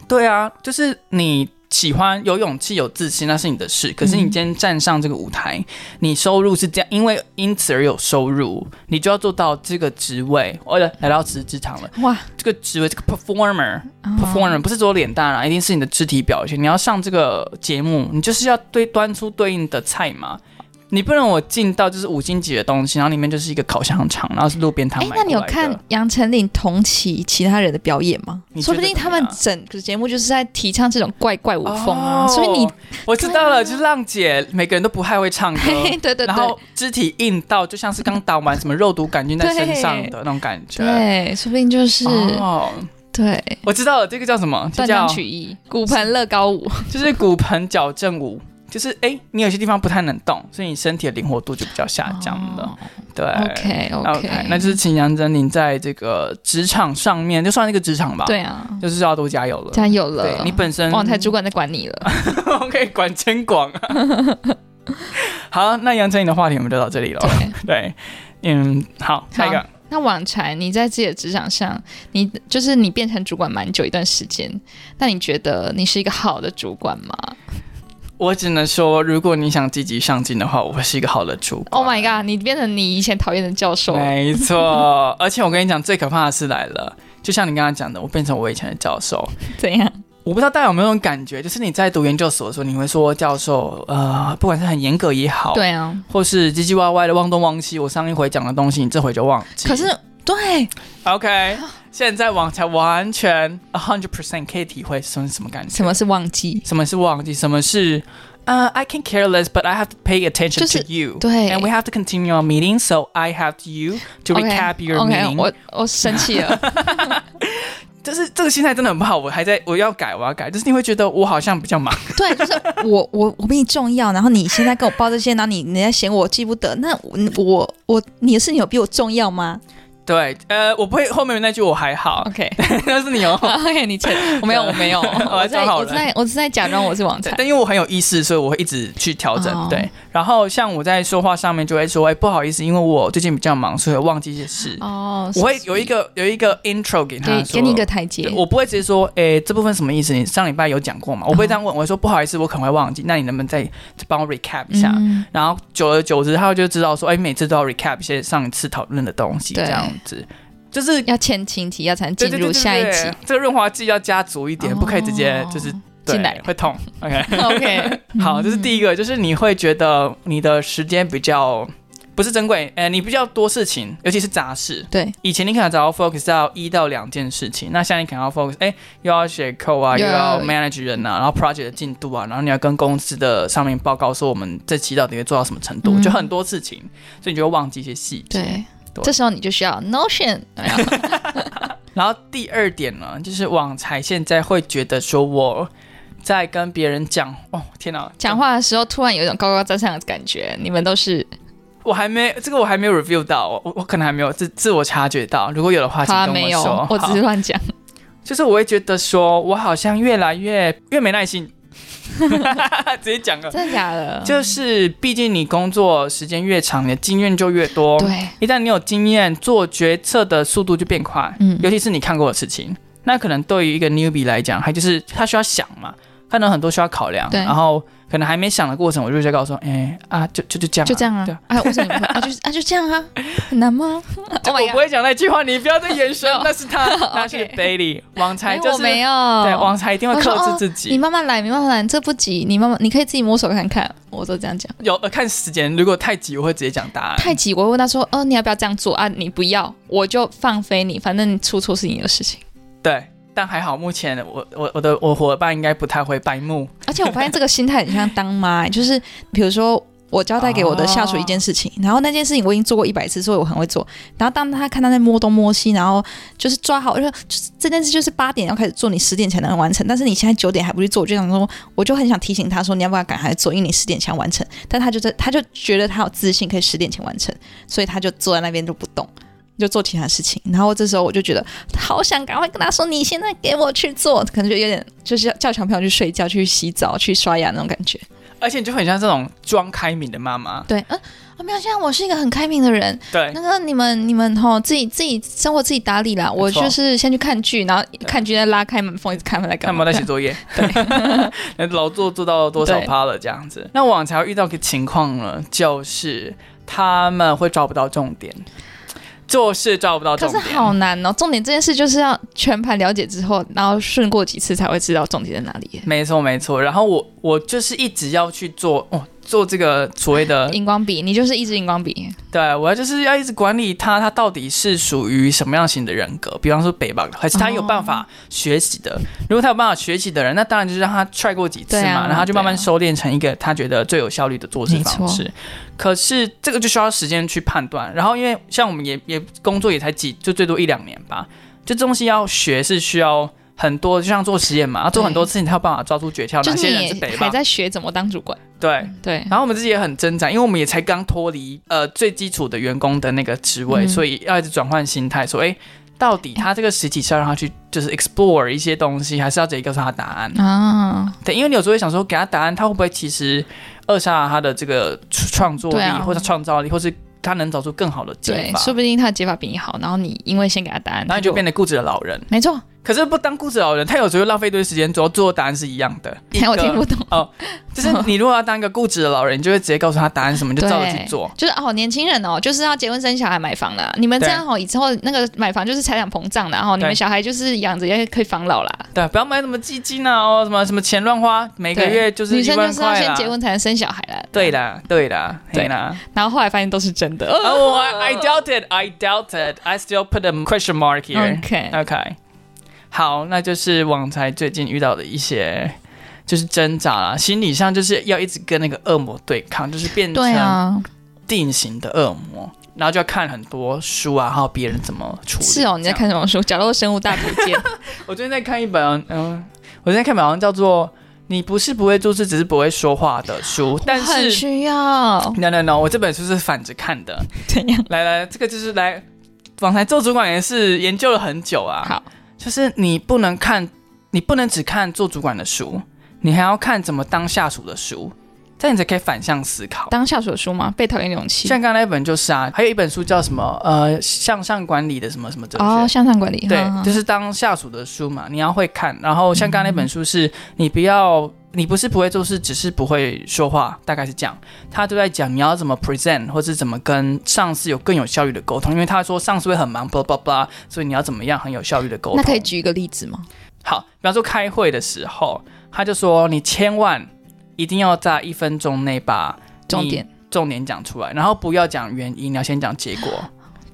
S2: 对啊，就是你喜欢有勇气、有自信，那是你的事。可是你
S1: 嗯
S2: 今天站上这个舞台，你收入是这样，因为因此而有收入，你就要做到这个职位，或者来到职职场了，
S1: 哇
S2: 这个职位这个 performer。
S1: 哦
S2: performer 不是只有脸蛋啦，啊一定是你的肢体表现。你要上这个节目，你就是要对端出对应的菜嘛。你不能我进到就是五星级的东西，然后里面就是一个烤香肠，然后是路边摊
S1: 哎、
S2: 买
S1: 那你有
S2: 过来的
S1: 看杨丞琳同期其他人的表演吗？
S2: 你
S1: 说不
S2: 觉得
S1: 定
S2: 怎
S1: 他
S2: 么
S1: 们
S2: 样
S1: 整个节目就是在提倡这种怪怪舞风啊，所以你
S2: 哦我知道了，就是浪姐每个人都不太会唱歌，
S1: 嘿， [LAUGHS] 对对
S2: 然
S1: 对
S2: 后。肢体硬到就像是刚打完什么肉毒杆菌在身上
S1: 对
S2: 的那种感觉。
S1: 对，说不定就是、
S2: 哦，
S1: 对
S2: 我知道了，这个叫什么？这
S1: 断
S2: 叫
S1: 章取义，骨盆乐高 [LAUGHS] 舞，
S2: 就是骨盆矫正舞，就是哎、你有些地方不太能动，所以你身体的灵活度就比较下降了。
S1: 哦
S2: 对
S1: OK OK，
S2: 那就是请杨丞琳在这个职场上面，就算那个职场吧，，
S1: 对啊，
S2: 就是要多加油了。
S1: 加油了
S2: 对，你本身
S1: 网台
S2: [LAUGHS]
S1: 主管在管你了，
S2: 可以管真广啊。
S1: [LAUGHS]
S2: 好，那杨丞琳的话题我们就到这里了。
S1: 对。
S2: 对，嗯，好，下一个，
S1: 那网禅，你在自己的职场上，你就是你变成主管蛮久一段时间，那你觉得你是一个好的主管吗
S2: 我只能说，如果你想积极上进的话，我会是一个好的主管。
S1: ？Oh my god，你变成你以前讨厌的教授了，
S2: 没错，而且我跟你讲，最可怕的事来了，就像你刚刚讲的，我变成我以前的教授。
S1: 怎样？
S2: 我不知道大家有没有那种感觉，就是你在读研究所的时候，你会说教授，呃，不管是很严格也好，，
S1: 对啊，
S2: 或是唧唧歪歪的忘东忘西，我上一回讲的东西，你这回就忘记。
S1: 可是对， [LAUGHS]
S2: ，OK，现在网才完全 a hundred percent 可以体会什么什么感觉，
S1: 什么是忘记？
S2: 什么是忘记，什么是呃、i can care less, but I have to pay attention
S1: 就是
S2: to you，
S1: 对
S2: and we have to continue our meeting, so I have you to recap your
S1: OK，
S2: meeting。
S1: 我我生气了，
S2: 就是这个心态真的很不好，我还在我要改，我要改，就是你会觉得我好像比较忙。
S3: 对，就是我我我比你重要，然后你现在跟我报这些，然后你你在嫌我记不得，那我我我你的事情有比我重要吗？
S2: 对，呃，我不会后面那句我还好，
S1: OK。
S2: [LAUGHS] 但是你哦有。
S1: OK，你承 [LAUGHS] 我没有，我
S2: [LAUGHS]
S1: 没有，我在
S2: 装好
S1: 我
S2: 人
S1: 在我是在假装我是网
S2: 对
S1: 才，
S2: 但因为我很有意识，所以我会一直去调整。
S1: 哦
S2: 对，然后像我在说话上面就会说，哎、不好意思，因为我最近比较忙，所以我忘记一些事。
S1: 哦，
S2: 我会
S1: 所以
S2: 有一个有一个 intro 给他
S1: 给
S2: 说，
S1: 给你一个台阶
S2: 对。我不会直接说，哎、这部分什么意思？你上礼拜有讲过嘛？我
S1: 哦
S2: 不会这样问，我会说不好意思，我可能会忘记，那你能不能再帮我 recap 一下？
S1: 嗯
S2: 然后久而久之，他就知道说，哎、每次都要 recap 一些上一次讨论的东西，
S1: 对
S2: 这样子，就是
S1: 要前情提要才能
S2: 对
S1: 进入下一。
S2: 对对对
S1: 集
S2: 对对这个润滑剂要加足一点，不可以直接就是
S1: 哦
S2: 对
S1: 进来
S2: 会痛。OK，
S1: OK，
S2: [LAUGHS] 好，这是第一个，就是你会觉得你的时间比较不是珍贵，呃，你比较多事情，尤其是杂事。
S1: 对，
S2: 以前你可能只要 focus 到一到两件事情，那现在你可能要 focus，哎、又要写 code 啊，
S1: 又
S2: 又
S1: 要
S2: 要 manage 人啊，然后 project 的进度啊，然后你要跟公司的上面报告说我们这期到底会做到什么程度，
S1: 嗯
S2: 就很多事情，所以你就会忘记一些细节。
S1: 对
S2: 对，
S1: 这时候你就需要
S2: [LAUGHS]
S1: Notion，
S2: 然后第二点呢，就是网才现在会觉得说我在跟别人讲，哦天哪，
S1: 讲话的时候突然有一种高高在上的感觉。你们都是
S2: 我还没这个我还没有 review 到，我我我可能还没有自自我察觉到，如果有的话，请
S1: 他
S2: 跟
S1: 啊没
S2: 我说
S1: 有，。我只
S2: 好
S1: 是乱讲。
S2: 就是我会觉得说我好像越来越越没
S1: [LAUGHS]
S2: 耐心，直接讲了，
S1: 真的假的？
S2: 就是毕竟你工作时间越长，你的经验就越多，
S1: 对，
S2: 一旦你有经验，做决策的速度就变快。
S1: 嗯
S2: 尤其是你看过的事情，那可能对于一个 newbie 来讲，他就是他需要想嘛，可能很多需要考量，
S1: 对
S2: 然后可能还没想的过程，我就在告诉说，哎、啊，就就就这样、
S1: 就这样啊
S2: 对啊。
S1: 哎，为什么你不会？啊，就是啊，就这
S2: [LAUGHS]
S1: 样啊，很难吗？Oh
S2: 我
S1: my
S2: 不
S1: god！
S2: 会讲那句话，你不要再延
S1: [LAUGHS]
S2: 伸
S1: No，
S2: 那是他，那是
S1: OK
S2: Bailey，王才
S1: 哎
S2: 就
S1: 我
S2: 是
S1: 没有，
S2: 对王才一定会
S1: 我说
S2: 克
S1: 哦
S2: 制自
S1: 你
S2: 己。
S1: 慢慢来，你慢慢来，这不急，你慢慢，你可以自己摸索看看。我都这样讲，
S2: 有呃看时间，如果太急，我会直接讲答案。
S1: 太急，我会问他说，哦，你要不要这样做啊？你不要，我就放飞你，反正出错是你的事情。
S2: 对，但还好，目前我我我的我伙伴应该不太会白目。
S1: 而且我发现这个心态很像当妈、就是比如说
S3: 我交代给我的下属一件事情，然后那件事情我已经做过一百次，所以我很会做。然后当他看他在摸东摸西，然后就是抓好，就是就是这件事就是八点要开始做，你十点才能完成。但是你现在九点还不去做，我就想说，我就很想提醒他说，你要不要赶快做，因为你十点前完成。但他就在，他就觉得他有自信可以十点前完成，所以他就坐在那边就不动。就做其他事情，然后这时候我就觉得好想赶快跟他说，你现在给我去做，可能就有点就是叫小朋友去睡觉、去洗澡、去刷牙那种感觉。
S2: 而且你就很像这种装开明的妈妈，
S3: 对，嗯，
S1: 哦
S3: 啊没有，现在我是一个很开明的人，
S2: 对
S3: 那个你们你们吼自己自己生活自己打理啦，我
S2: 没错
S3: 就是先去看剧，然后看剧再拉开门缝一直看回来
S2: 看
S3: 干
S2: 有没有
S3: 嘛？
S2: 在写作业，对，劳作做到多少
S3: 对
S2: 趴了这样子。那往常遇到个情况呢，就是他们会抓不到重点，做事抓不到
S1: 可
S2: 重
S1: 是
S2: 点，
S1: 好难哦，重点这件事就是要全盘了解之后，然后顺过几次才会知道重点在哪里耶。
S2: 没错没错。然后我我就是一直要去做哦，做这个所谓
S3: 嗯
S2: 的
S1: 荧光笔，你就是一支荧光笔，
S2: 对我要就是要一直管理他，他到底是属于什么样型的人格？比方说北吧，还是他有办法学习的？如果他有办法学习的人，那当然就是让他 try 过几次
S1: 对
S2: 嘛，
S1: 啊
S2: 然后他就慢慢
S1: 对啊
S2: 收敛成一个他觉得最有效率的做事方式。可是这个就需要时间去判断。然后因为像我们也也工作也才几，就最多一两年吧，就这东西要学是需要。很多就像做实验嘛，要做很多事情，他有办法抓出诀窍。
S1: 就
S2: 哪
S1: 是
S2: 些人是
S1: 你
S2: 北
S1: 还
S2: 吧？
S1: 在学怎么当主管。
S2: 对，
S1: 对，
S2: 然后我们自己也很挣扎，因为我们也才刚脱离呃最基础的员工的那个职位，
S1: 嗯
S2: 所以要一直转换心态，说哎，诶到底他这个实体是要让他去就是 explore 一些东西，还是要直接告诉他答案？
S3: 嗯
S1: 啊，
S2: 对，因为你有时候会想说，给他答案，他会不会其实扼杀了他的这个创作力，
S1: 对啊
S2: 或者创造力，或是他能找出更好的解
S1: 对，
S2: 法？
S1: 说不定他的解法比你好，然后你因为先给他答案，
S2: 然后
S1: 他
S2: 你就变得固执的老人。
S1: 没错，
S2: 可是不当固执的老人，他有时候浪费一堆时间，主要最后答案是一样的。一
S1: [LAUGHS] 我听
S2: 个
S1: 不懂。
S2: 就是你如果要当一个固执的老人，你就会直接告诉他答案什么，你就照着去
S1: 对
S2: 做。
S1: 就是哦，年轻人哦，就是要结婚生小孩买房啦。你们这样哦，以后那个买房就是财产膨胀啦，然后你
S2: 对
S1: 们小孩就是养着也可以防老啦。
S2: 对，不要买什么基金啊，哦，什么什么钱乱花，每个
S1: 对
S2: 月就是
S1: 女
S2: 一
S1: 生
S2: 万
S1: 就是要
S2: 块啦。
S1: 先结婚才能生小孩啦。
S2: 对啦，对啦，
S1: 对 [LAUGHS]
S2: 对啦。
S1: 然后后来发现都是真的。呃
S2: Oh, I, I doubt it. I doubt it. I still put a question mark here.
S1: OK，
S2: OK，好，那就是网才最近遇到的一些就是挣扎啦，心理上就是要一直跟那个恶魔对抗，就是变
S1: 对
S2: 成
S1: 啊，
S2: 定型的恶魔，然后就要看很多书啊，还有别人怎么处理。
S1: 是哦，你在
S2: 这样
S1: 看什么书？《角落生物大图鉴》
S2: 我最近在看一本，嗯，我最近在看一本好像叫做《你不是不会做事，只是不会说话》的书， [LAUGHS] 但
S1: 我很
S2: 是
S1: 需
S2: [LAUGHS]
S1: 要
S2: no no no，我这本书是反着看的。
S1: 怎样？
S2: 来来，这个就是来网台做主管也是研究了很久啊。
S1: 好，
S2: 就是你不能看，你不能只看做主管的书，你还要看怎么当下属的书，这样你才可以反向思考。
S1: 当下属的书吗？被讨厌的勇气。
S2: 像刚才那本就是啊，还有一本书叫什么呃向上管理的什么什么哲学。
S1: 哦，向上管理。
S2: 对
S1: 哈，哈
S2: 就是当下属的书嘛，你要会看。然后像刚刚那本书是，你不要，你不是不会做事，只是不会说话，大概是这样。他都在讲你要怎么 present，或是怎么跟上司有更有效率的沟通，因为他说上司会很忙，blah blah blah，所以你要怎么样很有效率的沟通。
S1: 那可以举一个例子吗？
S2: 好，比方说开会的时候，他就说你千万一定要在一分钟内把
S1: 重
S2: 你
S1: 点
S2: 重点讲出来，然后不要讲原因，你要先讲结果，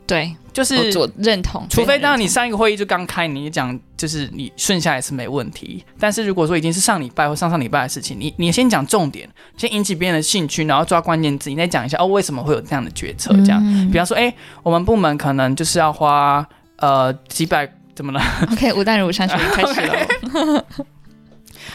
S1: 对，
S2: 就是
S1: 我我认同。
S2: 除非当然
S1: 你
S2: 你上一个会议就刚开，你讲就是你顺下来是没问题。但是如果说已经是上礼拜或上上礼拜的事情，你你先讲重点，先引起别人的兴趣，然后抓关键字，你再讲一下哦为什么会有这样的决策这
S1: 嗯
S2: 样。比方说，哎、我们部门可能就是要花呃几百怎么了？
S1: [LAUGHS] OK，吴淡如上
S2: [LAUGHS]
S1: 学开始了。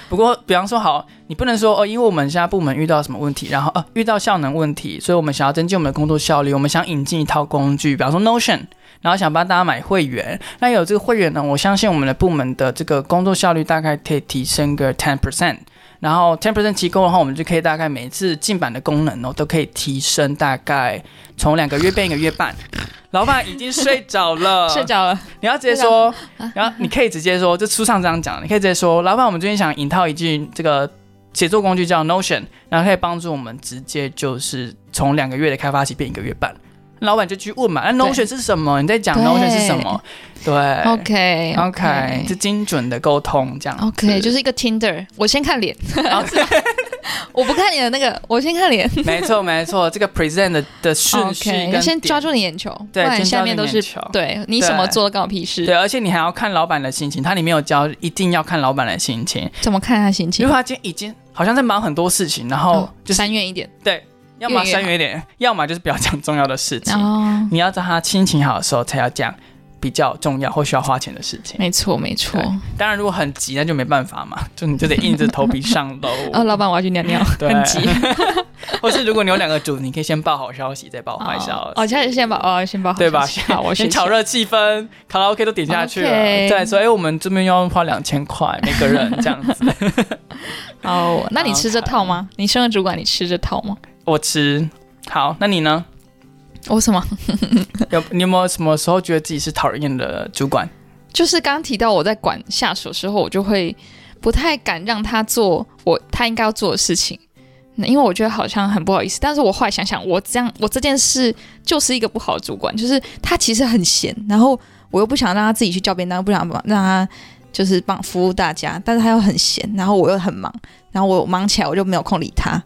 S2: 不过，比方说，好，你不能说哦，因为我们现在部门遇到什么问题，然后呃遇到效能问题，所以我们想要增进我们的工作效率，我们想引进一套工具，比方说 Notion，然后想帮大家买会员。那有这个会员呢，我相信我们的部门的这个工作效率大概可以提升个 ten percent。然后 ten percent 提供的话，我们就可以大概每次进版的功能哦，都可以提升大概从两个月变一个月半。老板已经 [LAUGHS] 睡着了，
S1: [LAUGHS] 睡着了，
S2: 你要直接说， [LAUGHS] 然后你可以直接说，就书上这样讲，你可以直接说，老板，我们最近想引套一句这个写作工具叫 Notion，然后可以帮助我们直接就是从两个月的开发期变一个月半。老板就去问嘛，那
S1: 对
S2: Notion 是什么？你在讲
S1: 对
S2: Notion 是什么？对
S1: OK
S2: 哎 OK，就精准的沟通这样子。
S1: OK，就是一个 Tinder，我先看脸， [LAUGHS] 我不看你的那个，我先看脸。
S2: 没错没错，这个 present 的的顺序
S1: OK，要
S2: 跟
S1: 先
S2: 点
S1: 抓住你眼球，不
S2: 对，
S1: 然
S2: 先
S1: 下
S2: 抓
S1: 面
S2: 住
S1: 都
S2: 眼
S1: 是
S2: 球
S1: 对你什么
S2: 对
S1: 做都关我屁事
S2: 对，。而且你还要看老板的心情，它里面有教一定要看老板的心情，
S1: 怎么看他心
S2: 因
S1: 情
S2: 为？他今天已经好像在忙很多事情，然后
S1: 哦
S2: 就是
S1: 三远一点，
S2: 对，要么深远一点，要么就是不要讲重要的事情。
S1: 哦，
S2: 你要在他心情好的时候才要讲比较重要或需要花钱的事情。
S1: 没错没错。
S2: 当然，如果很急，那就没办法嘛，就你就得硬着头皮上楼。
S1: [LAUGHS] 哦，老板，我要去尿尿，
S2: [LAUGHS] 对
S1: 很急。
S2: 或是如果你有两个组，你可以先报好消息，再报坏消
S1: 哦哦，
S2: 息。
S1: 现在先把哦，先把好
S2: 对吧？
S1: 消息好，我
S2: 先
S1: 学
S2: 炒
S1: 习
S2: 热气氛，卡拉 OK 都点下去了
S1: OK
S2: 再说，哎、我们这边要花两千块每个人这样子。 [LAUGHS]
S1: 哦，那你吃这套吗？你升了主管，你吃这套吗？
S2: 我吃，好，那你呢？哦
S1: 我什么？
S2: 有你有没有什么时候觉得自己是讨人厌的主管？
S1: 就是刚提到我在管下属的时候，我就会不太敢让他做我他应该要做的事情，那因为我觉得好像很不好意思。但是我后来想想，我这样我这件事就是一个不好的主管，就是他其实很闲，然后我又不想让他自己去叫便当，不想让他就是帮服务大家，但是他又很闲，然后我又很忙，然后我忙起来我就没有空理他，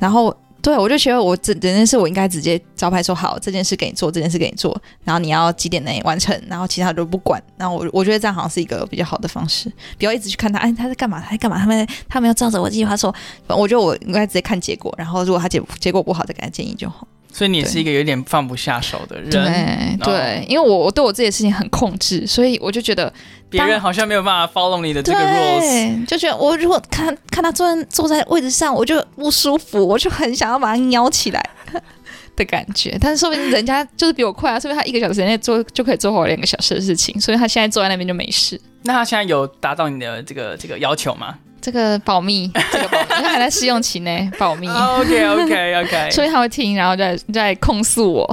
S1: 然后。对，我就觉得我整整件事我应该直接招牌说好，这件事给你做，这件事给你做，然后你要几点内完成，然后其他都不管。然后我我觉得这样好像是一个比较好的方式，不要一直去看他，哎，他在干嘛？他在干嘛？他们他们要照着我计划说，我觉得我应该直接看结果，然后如果他结结果不好，再给他建议就好。
S2: 所以你也
S1: 对
S2: 是一个有点放不下手的人，哦
S1: 对
S2: 后
S1: 对，因为我我对我自己的事情很控制，所以我就觉得
S2: 别人好像没有办法 follow 你的这个 rules。
S3: 对，就觉得我如果看看他坐在坐在位置上，我就不舒服，我就很想要把他撩起来
S1: [LAUGHS] 的感觉，但是说不定人家就是比我快啊，说不定他一个小时内做就可以做好两个小时的事情，所以他现在坐在那边就没事。
S2: 那他现在有达到你的这个这个要求吗
S1: 这个保
S2: [LAUGHS]
S1: 密，这个保密，因为还在试用期内，保密，
S2: ？OK OK
S1: [LAUGHS]
S2: OK，
S1: 所以他会听，然后再再控诉我，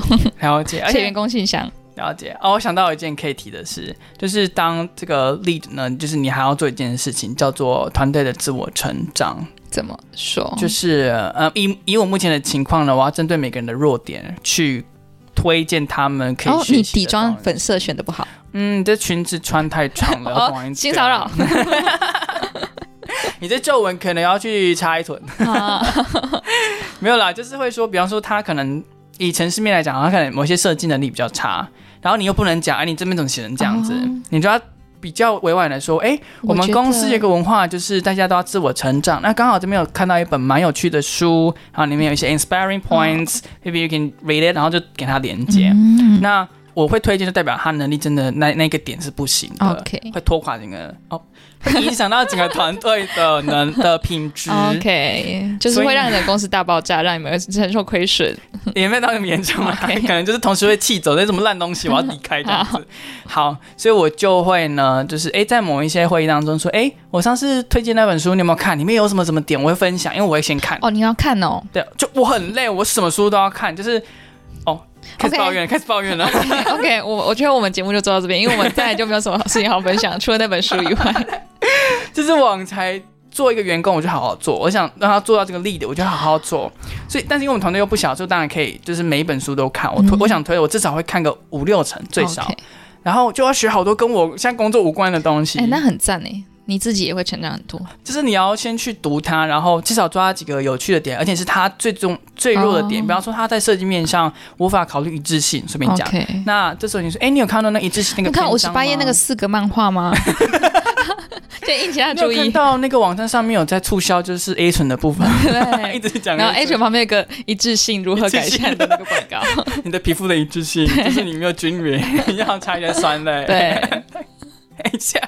S2: 了解，而
S1: 写员
S2: 且
S1: 工信箱。
S2: 了解哦。我想到一件可以提的事，就是当这个 lead 呢，就是你还要做一件事情，叫做团队的自我成长。
S1: 怎么说？
S2: 就是呃，以以我目前的情况呢，我要针对每个人的弱点去推荐他们可
S1: 然
S2: 以
S1: 后
S2: 学习
S1: 哦
S2: 的
S1: 你底妆
S2: 东西
S1: 粉色选的不好，
S2: 嗯，你这裙子穿太长
S1: [LAUGHS]
S2: 了，要绑一
S1: 哦，性骚扰
S2: [LAUGHS] 点。啊你这皱纹可能要去擦一臀。
S1: 啊，
S2: [LAUGHS] 没有啦，就是会说，比方说他可能以城市面来讲，他可能某些设计能力比较差，然后你又不能讲，哎，你这边怎么写成这样子？
S1: 哦
S2: 你就要比较委婉的说，哎，我们
S1: 觉
S2: 公司
S1: 得
S2: 有一个文化，就是大家都要自我成长。那刚好这边有看到一本蛮有趣的书，然后里面有一些 inspiring points，maybe、you can read it，然后就给他连接。
S1: 哦嗯
S2: 那我会推荐，就代表他能力真的那那个点是不行的
S1: OK
S2: 会拖垮整个哦，会影响到整个团队的能的品质。
S1: [LAUGHS] 哦，OK，就是
S2: 所
S1: 会
S2: 以
S1: 让你的公司大爆炸，让你们承受亏损。
S2: 也没有到那么严重啊
S1: OK
S2: [LAUGHS] 可能就是同时会气走那什么烂东西，我要离开这样
S1: [LAUGHS]
S2: 子。好，所以我就会呢，就是诶，在某一些会议当中说，诶，我上次推荐那本书，你有没有看？里面有什么什么点，我会分享，因为我会先看。
S1: 哦，你要看
S2: [LAUGHS]
S1: 哦，
S2: 对，就我很累，我什么书都要看，就是哦，开始
S1: OK
S2: 抱怨了开始抱怨了。
S1: OK，我我觉得我们节目就做到这边，因为我们再来就没有什么事情好分享，除了那本书以外。
S2: 就是我才做一个员工，我就好好做，我想让他做到这个 lead，我就好好做。所以，但是因为我们团队又不小，就当然可以，就是每一本书都看。我推，
S1: 嗯
S2: 我想推，我至少会看个五六成 [LAUGHS] 最少。
S1: OK
S2: 然后就要学好多跟我现在工作无关的东西。
S1: 哎、那很赞哎，你自己也会成长很多。
S2: 就是你要先去读它，然后至少抓几个有趣的点，而且是它最终最弱的点。
S1: 哦
S2: 比方说，它在设计面上无法考虑一致性，随便讲。
S1: OK，
S2: 那这时候你说，哎、你有看到那一致性那
S1: 你
S2: 个？
S1: 看五十八页那个。四个漫画
S2: [LAUGHS]
S1: 吗？就引起他
S2: 你
S1: 的注
S2: 有看
S1: 意。
S2: 到那个网站上面有在促销，就是 A 醇的部分， [LAUGHS]
S1: [LAUGHS]
S2: 一
S1: 对。
S2: 直讲 A 醇。
S1: 然后 A 群旁边有个一致性如何改善的那个广告，
S2: [LAUGHS] 你的皮肤的一致性，就是你没有均
S1: [LAUGHS]
S2: 匀，你要擦一点酸类，
S1: 对，
S2: 一下，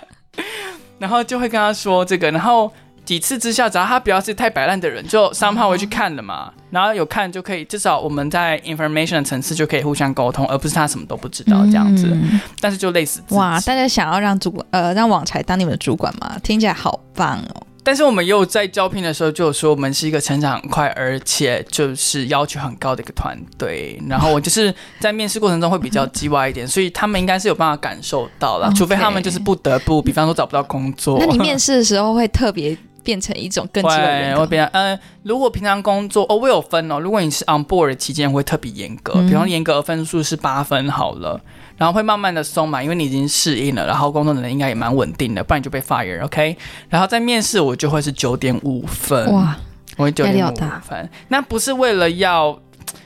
S2: 然后就会跟他说这个，然后几次之下，只要他不要是太摆烂的人，就三炮会去看了嘛，
S1: 嗯
S2: 然后有看就可以，至少我们在 information 的层次就可以互相沟通，而不是他什么都不知道这样子，
S1: 嗯
S2: 但是就类似自己
S3: 哇！大家想要让主管呃让网才当你们的主管吗？听起来好棒哦。
S2: 但是我们又在招聘的时候就有说，我们是一个成长很快，而且就是要求很高的一个团队。然后我就是在面试过程中会比较叽歪一点，所以他们应该是有办法感受到啦，
S1: 嗯 OK
S2: 除非他们就是不得不，比方说找不到工作。
S1: 那你面试的时候会特别变成一种更激烈的人
S2: 对，
S1: 格
S2: 我比较嗯，如果平常工作哦，我有分哦。如果你是 on board 的期间会特别严格，
S1: 嗯
S2: 比方严格的分数是八分好了，然后会慢慢的松嘛，因为你已经适应了，然后工作能力应该也蛮稳定的，不然你就被 fire OK。然后在面试我就会是九点五分，
S1: 哇，
S2: 我会九
S1: 压力
S2: 点
S1: 好
S2: 五
S1: 大
S2: 分，那不是为了要。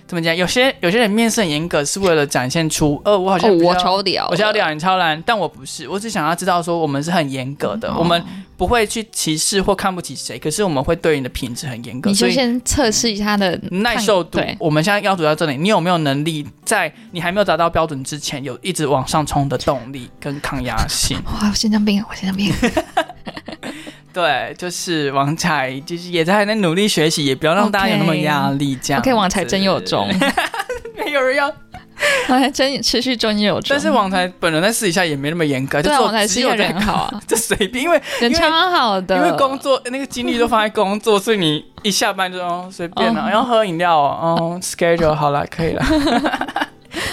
S2: 怎么讲？有些有些人面试很严格，是为了展现出，呃，我好像
S1: 哦，
S2: 比较
S1: 我超屌，
S2: 我要两人超然，但我不是，我只想要知道说我们是很严格的，
S1: 哦
S2: 我们
S1: 嗯
S2: 不会去歧视或看不起谁，可是我们会对你的品质很严格，
S1: 你
S2: 所
S1: 就
S2: 以
S1: 先测试一下他的
S2: 耐受度
S1: 对，
S2: 我们现在要求到这里，你有没有能力在你还没有达到标准之前，有一直往上冲的动力跟抗压
S1: [LAUGHS]
S2: 性？
S1: 哇，我心脏病，我心脏病，
S2: 对，就是王彩，就是也在还在努力学习，也不要让大家有那么压力，
S1: [LAUGHS]
S2: 这样子。
S1: OK，王才真有
S2: [LAUGHS]
S1: 种，
S2: 没有人要，
S1: 王才真持续真有种，
S2: [LAUGHS] 但是王才本人在私底下也没那么严格，就
S1: 对啊，
S2: 做
S1: 王才
S2: 只
S1: 是
S2: 有
S1: 个
S2: 在
S1: 人很好
S2: [LAUGHS]
S1: 啊，
S2: 这随便，因为
S1: [LAUGHS] 人超好的，
S2: 因为工作那个精力都放在工作，所以你一下班就哦随便了、
S1: 哦
S2: 要喝饮料哦，哦 schedule 好了，可以 [LAUGHS] 了。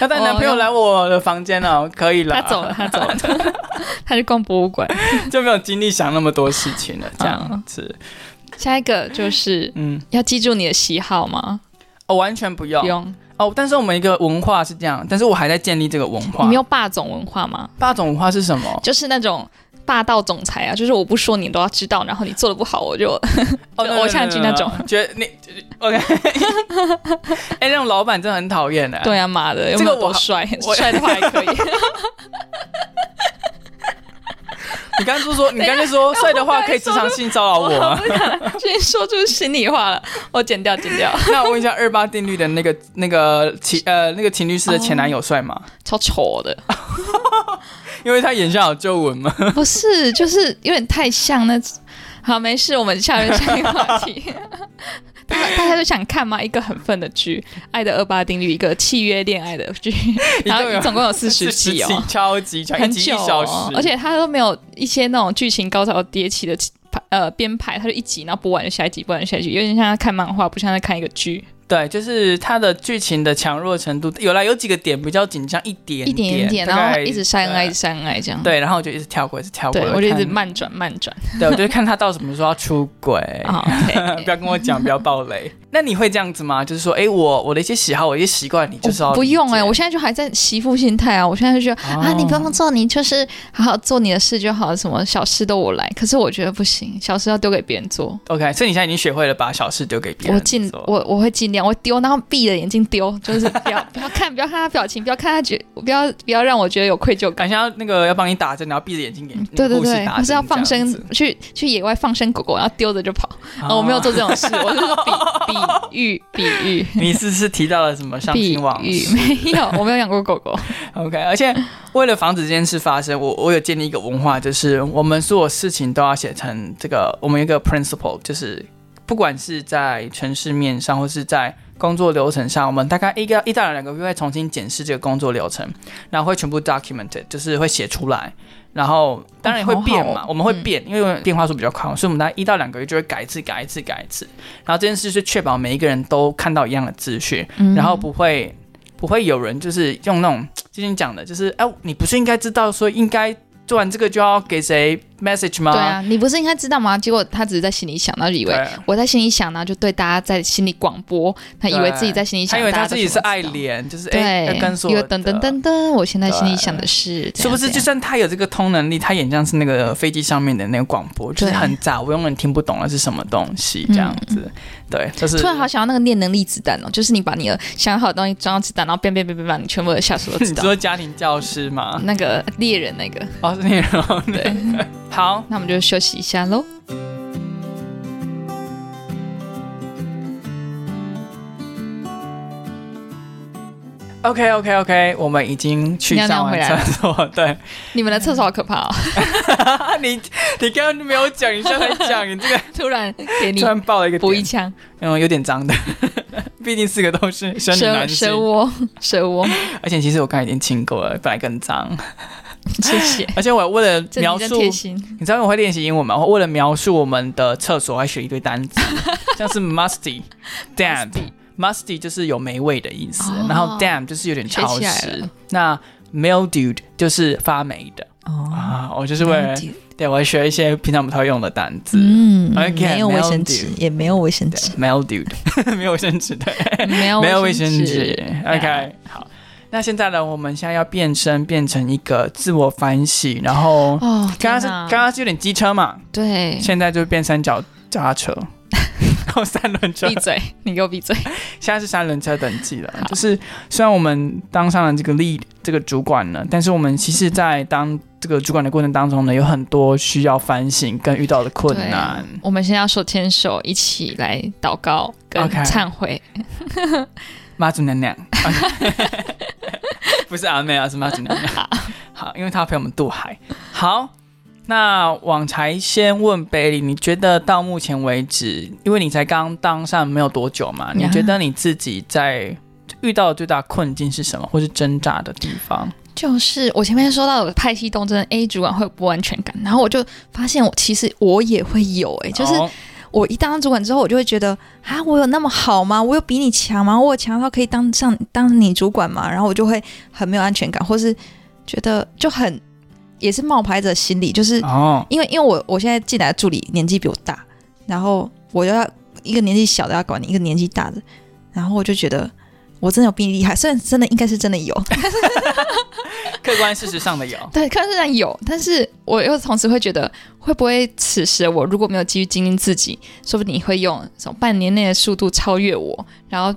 S2: 要带男朋友来我的房间哦，可以了。
S1: 他走了，他走了， [LAUGHS] 他去逛博物馆。
S2: [LAUGHS] 就没有精力想那么多事情了，这样
S1: 嗯
S2: 子。
S1: 下一个就是
S2: 嗯，
S1: 要记住你的喜好吗？
S2: 哦，完全不用
S1: 不用，
S2: 哦。但是我们一个文化是这样，但是我还在建立这个文化。
S1: 你没有霸总文化吗？
S2: 霸总文化是什么？
S1: 就是那种霸道总裁啊，就是我不说你都要知道，然后你做的不好我就
S2: 哦，
S1: 就偶像剧那种
S2: 对，对对对对觉得你 OK？哎，那种老板真的很讨厌欸的。
S1: 对啊妈的，有
S2: 这
S1: 没
S2: 个
S1: 有
S2: 我
S1: 多帅？
S2: 我
S1: [LAUGHS] 帅的话还
S2: [LAUGHS]
S1: 可以，
S2: 你刚刚就说，你刚刚就
S1: [LAUGHS]
S2: 说帅的话可以职场性骚扰我啊吗？
S1: 先说出心里话了，我剪掉剪掉，
S2: 那我问一下，二八定律的那个那个情呃那个秦律师的前男
S1: 哦
S2: 友帅吗？
S1: 超丑的，
S2: 因为他眼下有皱纹嘛。
S1: [LAUGHS] 不是，就是有点太像那。好，没事，我们下面下一个话
S2: [LAUGHS]
S1: 题。大家大家都想看吗？一个很愤的剧，《爱的二八定律》，一个契约恋爱的
S2: [LAUGHS]
S1: 剧，然
S2: 一共
S1: 后
S2: 有
S1: 总共有四十
S2: 40
S1: 集哦，
S2: 超级长，一
S1: 很
S2: 集
S1: 久、
S2: 一小时
S1: 哦，，而且它都没有一些那种剧情高潮迭起的呃编排，它就一集，然后播完就下一集，播完就下一集，有点像在看漫画，不像在看一个剧，
S2: 对，就是它的剧情的强弱程度，有啦，有几个点比较紧张一点
S1: 一点一点，
S2: 大
S1: 然后
S2: 概
S1: 一直晒恩爱，一
S2: 对
S1: 直晒恩爱这样。
S2: 对，然后我就一直跳过，一直跳过，
S1: 对，我就一直
S2: 看，
S1: 慢转慢转
S2: 对，我就看他到什么时候要出
S1: [LAUGHS]
S2: 轨。 [LAUGHS]
S1: 啊。OK
S2: 不要跟我讲，不要暴
S1: [LAUGHS]
S2: 雷。那你会这样子吗？就是说，哎、我我的一些喜好，我一些习惯，你就是要
S1: 我不用哎、
S2: 哎、
S1: 我现在就还在媳妇心态啊！我现在就觉得、 [LAUGHS] 啊，你不
S2: 哦
S1: 用做，你就是好好做你的事就好，什么小事都我来。可是我觉得不行，小事要丢给别人做。
S2: OK，所以你现在已经学会了把小事丢给别人
S1: 我尽
S2: 做
S1: 我我会尽量，我丢，然后闭着眼睛丢，就是不
S2: [LAUGHS]
S1: 要不要看，不要看他表情，不要看他觉，不要不要让我觉得有愧疚感。
S2: 感觉要那个要帮你打针，然后闭着眼睛给你
S1: 对对
S2: 护士
S1: 对，
S2: 打
S1: 我
S2: 针
S1: 是要放
S2: 这样
S1: 生
S2: 子
S1: 去去野外放生狗狗，然后丢着就跑。哦，我没有。做这种事，我就是
S2: [LAUGHS]
S1: 说比比喻比喻
S2: 你是不是提到了什么伤
S1: 比
S2: 心往
S1: 喻，
S2: 事
S1: 没有，我没有养过狗狗。
S2: ？OK，而且为了防止这件事发生，我我有建立一个文化，就是我们所有事情都要写成这个，我们有一个 principle，就是不管是在城市面上或是在工作流程上，我们大概一个一到两个月会重新检视这个工作流程，然后会全部 documented，就是会写出来。然后当然也会变
S1: 哦
S2: 嘛，
S1: 好好哦
S2: 我们会变，因为变化数比较快，所以我们大概一到两个月就会改一次、改一次、改一次。然后这件事是确保每一个人都看到一样的资讯， [LAUGHS]
S1: 嗯
S2: 然后不会不会有人就是用那种之前讲的，就是哎、你不是应该知道说应该做完这个就要给谁 message 吗？
S1: 对啊，你不是应该知道吗？结果他只是在心里想，他就以
S2: 对，啊
S1: 为我在心里想呢，就对大家在心里广播，他以为自己在心里
S2: 他
S1: 想，
S2: 以为他
S1: 大家
S2: 自
S1: 都
S2: 己是
S1: 全部知道
S2: 爱莲，就是哎、
S1: 哦对，啊
S2: 要跟说
S1: 因为噔噔噔噔，我现在心里想的是，
S2: 是不是？就
S1: 这样
S2: 算他有这个通能力，他也像是那个飞机上面的那个广播，就是
S1: 对嗯
S2: 很杂，我永远听不懂那是什么东西，这样子。对，就是
S1: 这样突然好想要那个念能力子弹哦，就是你把你的想好的东西装到子弹，然后变变变变变，你全部的下属都知
S2: [LAUGHS] [LAUGHS] 你
S1: 道。
S2: 说家庭教师
S1: [LAUGHS]
S2: 吗？
S1: 那个猎人那个，
S2: 哦，是那种
S1: 对，
S2: [LAUGHS] 好，
S1: 那我们就休息一下喽。
S2: OK OK OK，我们已经去
S1: 尿尿
S2: 上完
S1: 回来
S2: 厕
S1: 了
S2: 所，对
S1: 你们的厕所好可怕哦！
S2: [LAUGHS] 你你刚刚没有讲，你现在讲，你这个
S1: 突然给 [LAUGHS] 你
S2: 突然爆了一个
S1: 补一
S2: 点，
S1: 枪，
S2: 嗯，有点脏的， [LAUGHS] 毕竟四个都是生理
S1: 蛇
S2: 男
S1: 蛇
S2: 性，
S1: 窝，蛇
S2: [LAUGHS]
S1: 窝，
S2: 而且其实我刚才已经亲过了，本来更脏， [LAUGHS]
S1: 谢谢。
S2: 而且我为了
S1: 这
S2: 描
S1: 你真
S2: 述，
S1: 贴
S2: 你
S1: 心，
S2: 知道我会练习英文吗？我为了描述我们的厕所，我还学一堆单词， [LAUGHS] 像是 musty、damp、musty 就是有霉味的意思，
S1: 哦
S2: 然后 damp 就是有点
S1: 学
S2: 潮
S1: 起来
S2: 湿
S1: 了，
S2: 那 mildewed 就是发霉的。
S3: 哦，
S2: 啊，我就是为了对我学一些平常不太会用的单字。
S3: 嗯
S2: OK，
S3: 没有卫生纸
S2: mildew，
S3: 也没有卫生
S2: 对
S3: 纸，
S2: [LAUGHS] ，mildew 没有卫生纸对，
S1: 哦没有
S2: [LAUGHS] 没有卫生
S1: 生
S2: 纸。OK，好，那现在呢，我们现在要变身变成一个自我反省，然后
S1: 哦，天
S2: 刚刚是
S1: 哪
S2: 刚刚是有点机车嘛，
S1: 对， [LAUGHS]
S2: 现在就变三角脚踏车。后三轮车
S1: 闭嘴， [LAUGHS] 你给我闭嘴。
S2: [LAUGHS] 现在是三轮车等级了，就是虽然我们当上了这个 lead 这个主管了，但是我们其实，在当这个主管的过程当中呢，有很多需要反省跟遇到的困难。
S1: 我们现在要手牵手一起来祷告跟
S2: OK
S1: 忏悔。
S2: 妈祖娘娘， [LAUGHS] 不是阿妹啊，是妈祖娘娘。好，因为她陪我们渡海。好，那网才先问贝利，你觉得到目前为止，因为你才刚当上没有多久嘛，你
S1: 呀
S2: 觉得你自己在遇到的最大困境是什么，或是挣扎的地方？
S1: 就是我前面说到有派系斗争，A 主管会有不安全感，然后我就发现我其实我也会有、欸，就是
S2: 哦
S3: 我一当上主管之后，我就会觉得啊，我有那么好吗？我有比你强吗？我有强到可以当上当你主管吗？然后我就会很没有安全感，或是觉得就很也是冒牌者心理，
S1: 嗯
S3: 就是
S2: 哦，
S3: 因为因为我我现在进来的助理年纪比我大，然后我又要一个年纪小的要管你，一个年纪大的，然后我就觉得我真的有比你厉害，虽然真的应该是真的有，
S2: 客观事实上
S1: [LAUGHS]
S2: 的有
S1: 对，看虽然有，但是我又同时会觉得，会不会此时我如果没有继续经营自己，说不定你会用什么半年内的速度超越我，然后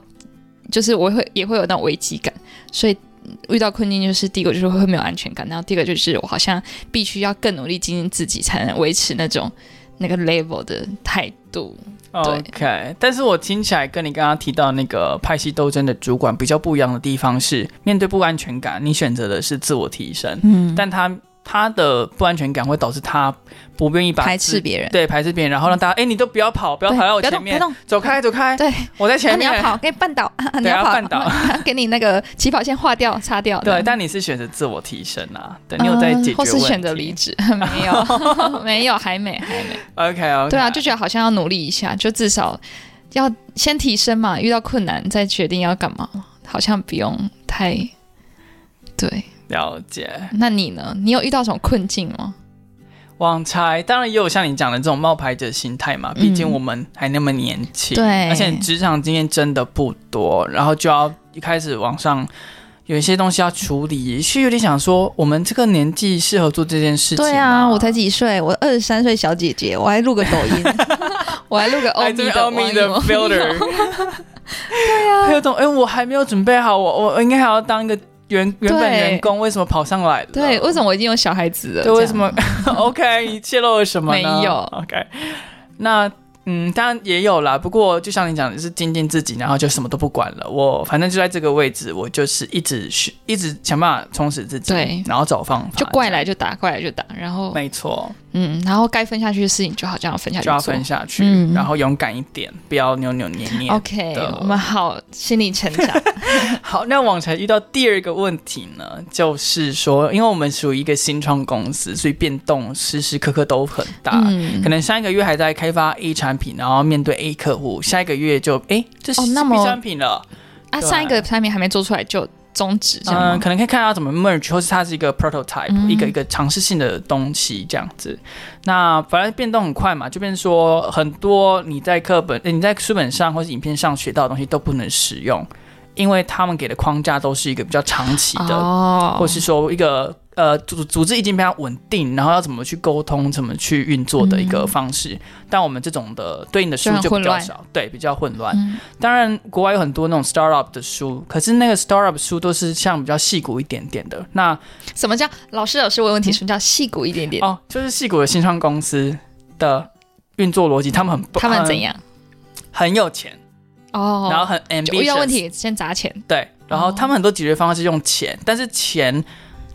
S1: 就是我会也会有那种危机感，所以嗯遇到困境就是第一个就是会没有安全感，然后第二个就是我好像必须要更努力经营自己，才能维持那种那个 level 的态度。
S2: ，OK。但是我听起来跟你刚刚提到那个派系斗争的主管比较不一样的地方是，面对不安全感，你选择的是自我提升，
S3: 嗯，
S2: 但他他的不安全感会导致他不愿意把
S3: 排斥
S2: 自
S3: 别人，
S2: 对排斥别人，然后让大家哎、你都不要跑，不要
S3: 对
S2: 跑到我
S3: 不要
S2: 前
S3: 动，不要
S2: 面，
S3: 动，
S2: 走开走开，
S3: 对，
S2: 我在前
S3: 啊你要
S2: 面。
S3: 跑，给你绊倒，啊、你
S2: 对，
S3: 要
S2: 要
S3: 跑，
S2: 绊倒。
S3: [LAUGHS]
S1: 给你那个起跑线划掉、擦掉。
S2: 对，但你是选择自我提升啊，对，你有在解决问题。
S1: 呃或是选择离职？ [LAUGHS] 没有， [LAUGHS] 没有，还没，还没。
S2: OK OK。
S1: 对啊，就觉得好像要努力一下，就至少要先提升嘛，遇到困难再决定要干嘛，好像不用太。对，
S2: 了解。
S1: 那你呢？你有遇到什么困境吗？
S2: 网才当然也有像你讲的这种冒牌者心态嘛，毕竟
S1: 嗯
S2: 我们还那么年轻，
S1: 对
S2: 而且职场经验真的不多，然后就要一开始往上。有一些东西要处理，是有点想说，我们这个年纪适合做这件事情吗。
S3: 对啊，我才几岁，我二十三岁小姐姐，我还录个抖
S1: [LAUGHS]
S3: 音，
S1: 我还录个欧
S2: 哎，
S1: 米
S2: 这边
S1: 哦的
S2: 欧米的
S3: [LAUGHS]
S1: 网友
S2: builder，对啊，还有种哎，我还没有准备好，我我应该还要当一个原原本
S1: 对
S2: 员工，为什么跑上来了？
S1: 对，为什么我已经有小孩子了？
S2: 对，为
S1: 这样
S2: 什么 [LAUGHS] ？OK，你泄露了什么呢？
S1: 没有
S2: OK，那嗯，当然也有啦。不过就像你讲的，是精进自己，然后就什么都不管了。我反正就在这个位置，我就是一直去，一直想办法充实自己，
S1: 对
S2: 然后找方法， [LAUGHS]
S1: 就怪来就打，怪来就打，然后
S2: 这样。啊没错，
S1: 嗯，然后该分下去的事情就好这样分下去
S2: 就要
S1: 做
S2: 分下去，
S1: 嗯
S2: 然后勇敢一点，不要扭扭捏捏。
S1: OK，
S2: 的
S1: 我们好心理成
S2: [LAUGHS]
S1: 长。
S2: 好，那网才遇到第二个问题呢，就是说，因为我们属于一个新创公司，所以变动时时刻刻都很大。
S1: 嗯
S2: 啊可，能上一个月还在开发 A 产品，然后面对 A 客户，下一个月就哎，这是
S1: 哦
S2: B
S1: 那么
S2: 产品了，
S1: 啊，
S2: 对
S1: 上一个产品还没做出来就终止，这样
S2: 嗯，
S1: 吗？
S2: 可能可以看到怎么 merge，或是它是一个 prototype，、
S1: 嗯
S2: 一个一个尝试性的东西这样子。那反正变动很快嘛，就变成说很多你在课本、呃你在书本上或是影片上学到的东西都不能使用，因为他们给的框架都是一个比较长期的，
S1: 哦，
S2: 或是说一个呃组组织已经非常稳定，然后要怎么去沟通、怎么去运作的一个方式。但我们这种的对应的书
S1: 嗯就很
S2: 就比
S1: 混
S2: 较
S1: 乱
S2: 少，对，比较混乱。
S1: 嗯
S2: 当然，国外有很多那种 startup 的书，可是那个 startup 书都是像比较细骨一点点的。那
S1: 什么叫老师老师问问题？什么叫细骨一点点？
S2: 哦，就是细骨的新创公司的运作逻辑，他们很
S1: 他们怎
S2: 很
S1: 样？
S2: 很有钱，
S1: 哦，
S2: 嗯然后很
S1: 就遇到
S2: ambitious，
S1: 问题先砸钱，
S2: 对，然后
S1: 哦
S2: 他们很多解决方案是用钱，但是钱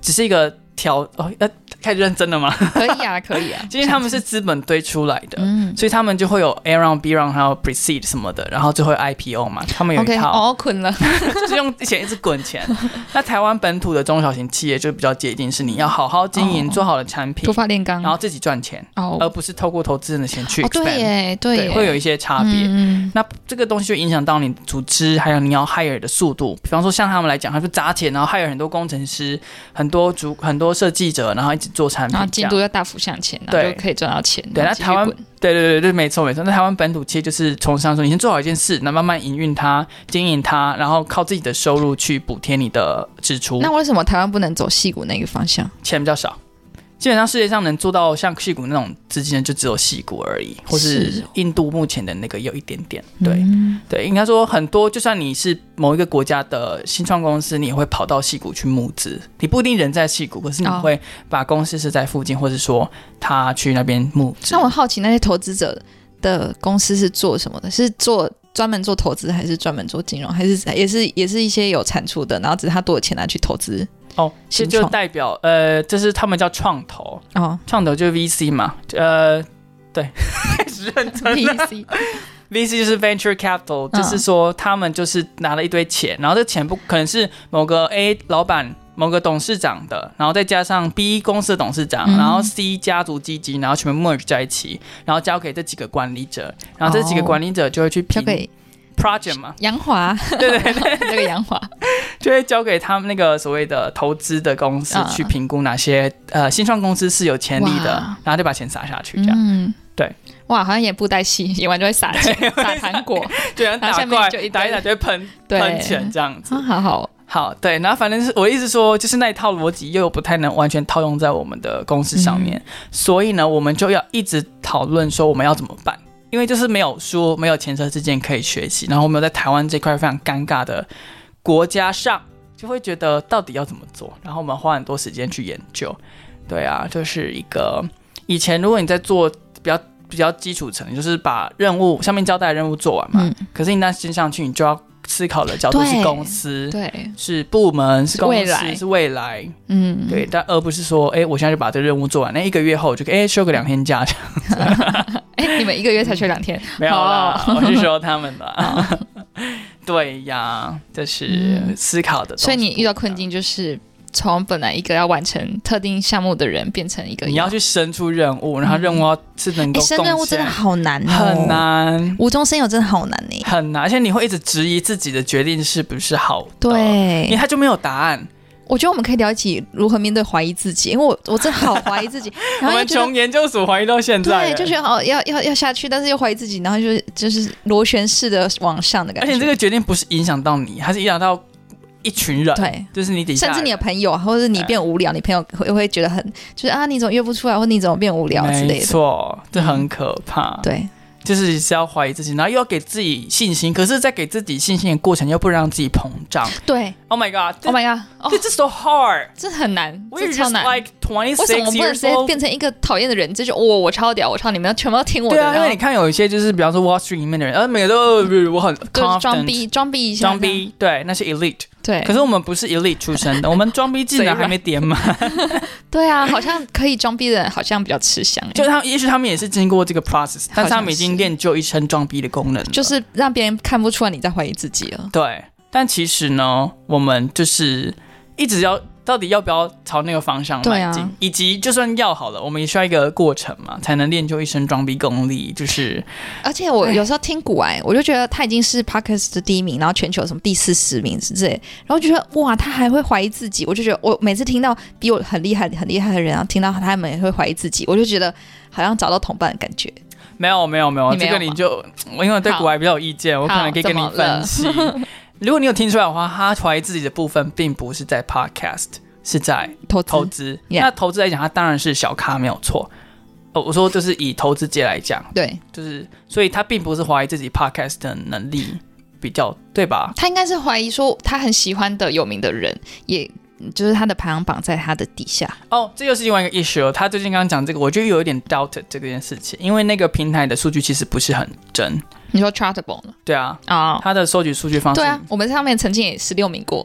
S2: 只是一个条哦，那、开始认真了吗？
S1: 可以啊，可以啊。
S2: 因 [LAUGHS] 为他们是呃资本堆出来的，
S1: 嗯
S2: 所以他们就会有 A round、B round 还有 Precede 什么的，然后最后 IPO 嘛，他们有一
S1: ，OK，
S2: 套，
S1: 哦，捆
S2: [LAUGHS]
S1: 了，
S2: 就是用钱一直
S1: [LAUGHS]
S2: 滚钱。那台湾本土的中小型企业就比较接近，是你要好好经营，
S1: 哦
S2: 做好了产品
S1: 突，发炼钢，
S2: 然后自己赚钱，
S1: 哦，
S2: 而不是透过投资人的钱去
S1: 哦，对
S2: expand，
S1: 耶，对
S2: 对，
S1: 耶，
S2: 会有一些差别。
S1: 嗯，嗯
S2: 那这个东西就影响到你组织，还有你要 hire 的速度。比方说，像他们来讲，他就砸钱，然后 hire 很多工程师、很多主、很多设计者，然后一直做产品
S1: 然后
S2: 这
S1: 进
S2: 样。
S1: 度要大幅向前，然后
S2: 对
S1: 就可以赚到钱。
S2: 对
S1: 然后
S2: 那台湾
S1: 继续滚
S2: 对对对对，没错没错。那台湾本土其实就是从商说，你先做好一件事，那慢慢营运它、经营它，然后靠自己的收入去补贴你的支出
S1: 那，为什么台湾不能走细骨那个方向？
S2: 钱比较少。基本上世界上能做到像戏骨那种资金的，就只有戏骨而已，或是
S1: 是
S2: 印度目前的那个有一点点。对、
S1: 嗯
S2: 对，应该说很多，就算你是某一个国家的新创公司，你也会跑到戏骨去募资。你不一定人在戏骨，可是你
S1: 哦
S2: 会把公司是在附近，或者说他去那边募资。
S3: 那我好奇那些投资者的公司是做什么的？是做专门做投资，还是专门做金融，还是也是也是一些有产出的，然后只是他多的钱拿去投资？
S2: 哦，其
S3: 新
S2: 实就
S3: 创
S2: 代表呃，这是他们叫创投，
S3: [LAUGHS] 哦
S2: 创投就是 VC 嘛，呃，对， [LAUGHS] 开始认真了。
S3: ，VC
S2: VC 就是 venture capital，就是
S3: 嗯
S2: 说他们就是拿了一堆钱，然后这钱不可能是某个 A 老板、某个董事长的，然后再加上 B 公司的董事长，
S3: 嗯
S2: 然后 C 家族基金，然后全部 merge 在一起，然后交给这几个管理者，然后这几个
S3: 哦
S2: 管理者就会去
S3: 交
S2: 评
S3: 给
S2: project 嘛，
S3: 杨华， [LAUGHS]
S2: 对对对，
S3: 那个杨华，
S2: 就会交给他们那个所谓的投资的公司
S3: 嗯
S2: 去评估哪些呃新创公司是有潜力的
S3: 哇，
S2: 然后就把钱撒下去，这样
S3: 嗯，
S2: 对，
S3: 哇，好像演布袋戏，演完就会撒
S2: [LAUGHS]
S3: 钱撒糖果，
S2: 就像
S3: 然后
S2: 打
S3: 下面
S2: 怪
S3: 就一堆
S2: 打一打就会喷
S3: 对
S2: 喷钱这样子
S3: 啊，。好好，
S2: 好，对，然后反正是我意思说，就是那一套逻辑又不太能完全套用在我们的公司上面，
S3: 嗯
S2: 所以呢，我们就要一直讨论说我们要怎么办，因为就是没有说没有前车之鉴可以学习，然后我们又在台湾这块非常尴尬的国家上，就会觉得到底要怎么做，然后我们花很多时间去研究，对啊，就是一个以前如果你在做比较比较基础层，就是把任务上面交代的任务做完嘛，
S3: 嗯
S2: 可是你那接上去，你就要思考的角度是
S3: 对
S2: 公司。
S3: 对，
S2: 是部门，是公司，
S1: 未来
S2: 是未来，
S3: 嗯，
S2: 对，但而不是说，哎、我现在就把这任务做完，那一个月后我就，哎、休个两天假， [LAUGHS]
S3: 哎，你们一个月才去两天，
S2: 没有啦，
S3: 哦
S2: 我是说他们
S3: [LAUGHS]
S2: 的， [LAUGHS] 对呀，这是
S3: 嗯
S2: 思考的东西、
S1: 所以你遇到困
S2: 啊
S1: 境就是从本来一个要完成特定项目的人，变成一个
S2: 你要去生出任务，然后任务要是能够
S3: 哎，生
S2: 贡
S3: 任务真
S2: 献
S3: 的，好难哦，
S2: 很，难。
S3: 无中生有真的好难欸
S2: [LAUGHS]
S3: 呢，
S2: 很难，而且你会一直质疑自己的决定是不是好的，，因为
S3: 对，
S2: 他就没有答案。
S3: 我觉得我们可以聊一起如何面对怀疑自己，因为我我真的好怀疑自
S2: [LAUGHS]
S3: 己，
S2: 我
S3: 然后又
S2: 们
S3: 觉得
S2: 从研究所怀疑到现在
S3: 对，
S2: 了，
S3: 就觉得好要要要下去，但是又怀疑自己，然后就是就是螺旋式的往上的感
S2: 而
S3: 觉，
S2: 且这个决定不是影响到你，它是影响到一群人，
S3: 对。
S2: 就是你底下
S3: 甚
S2: 人，
S3: 至你的朋友，啊或者是你变无聊，你朋友会会觉得很就是啊，你怎么约不出来，或你怎么变无聊之类
S2: 没
S3: 的。
S2: 错，这很可
S1: 嗯
S2: 怕。，
S3: 对，
S2: 就是是要怀疑自己，然后又要给自己信心，可是，在给自己信心的过程，又不让自己膨胀。
S1: 对
S2: Oh my god!
S1: ，Oh my god，哦，
S2: This is so hard.
S1: 这很难，
S2: We're
S1: 这超
S2: just
S1: 难。
S2: like twenty
S1: 为什
S2: six
S1: 么不能直接
S2: years old.
S1: 变成一个讨厌的人？这
S3: 哦
S1: 就我我超屌，我超你们要全部要听我的，
S2: 对啊，因
S1: 然后
S2: 为你看有一些就是，比方说 Wall Street 里面的人，呃，每个都呃我很
S1: 就是装
S2: confident，
S1: 逼装逼一下，
S2: 装，逼，对，那是 elite。
S1: 对，
S2: 可是我们不是 elite 出
S1: [LAUGHS]
S2: 身的，我们装逼技能还没点满。
S1: 对啊，好像可以装逼的人好像比较吃香，欸
S2: 就他们，也许他们也是经过这个 process，但是他们已经练就一身装逼的功能了。
S3: 就是让别人看不出来你在怀疑自己了。
S2: 对，但其实呢，我们就是一直要到底要不要朝那个方向
S3: 对
S2: 迈
S3: 啊
S2: 进，以及就算要好了，我们也需要一个过程嘛，才能练就一身装逼功力。就是
S3: 而且我有时候听古
S1: 哎
S3: 癌，我就觉得他已经是 Parkes 的第一名，然后全球什么第四十名之类，然后就觉得哇，他还会怀疑自己。我就觉得我每次听到比我很厉害、很厉害的人，然后听到他们也会怀疑自己，我就觉得好像找到同伴的感觉。
S2: 没有没有没有，
S1: 你没
S2: 这
S1: 有
S2: 个你就我因为我对
S1: 好
S2: 古玩比较有意见，我可能可以跟你
S1: 好怎么
S2: 分
S1: 了 [LAUGHS]
S2: 析。如果你有听出来的话，他怀疑自己的部分并不是在 podcast，是在
S3: 投资
S2: 投资。
S3: Yeah
S2: 那投资来讲，他当然是小咖没有错。哦，我说就是以投资界来讲，
S3: 对
S2: 就是所以他并不是怀疑自己 podcast 的能力比较对吧？
S1: 他应该是怀疑说他很喜欢的有名的人，也
S3: 就是他的排行榜在他的底下。
S2: 哦，这又是另外一个 issue 了。他最近刚刚讲这个，我就有一点 doubt e d 这件事情，因为那个平台的数据其实不是很真。
S1: 你说 Chartable 呢？
S2: 对啊，
S1: 啊、
S2: 他的收集数据方式，啊
S1: 对
S2: [LAUGHS]
S1: 啊，我们上面曾经也十六名过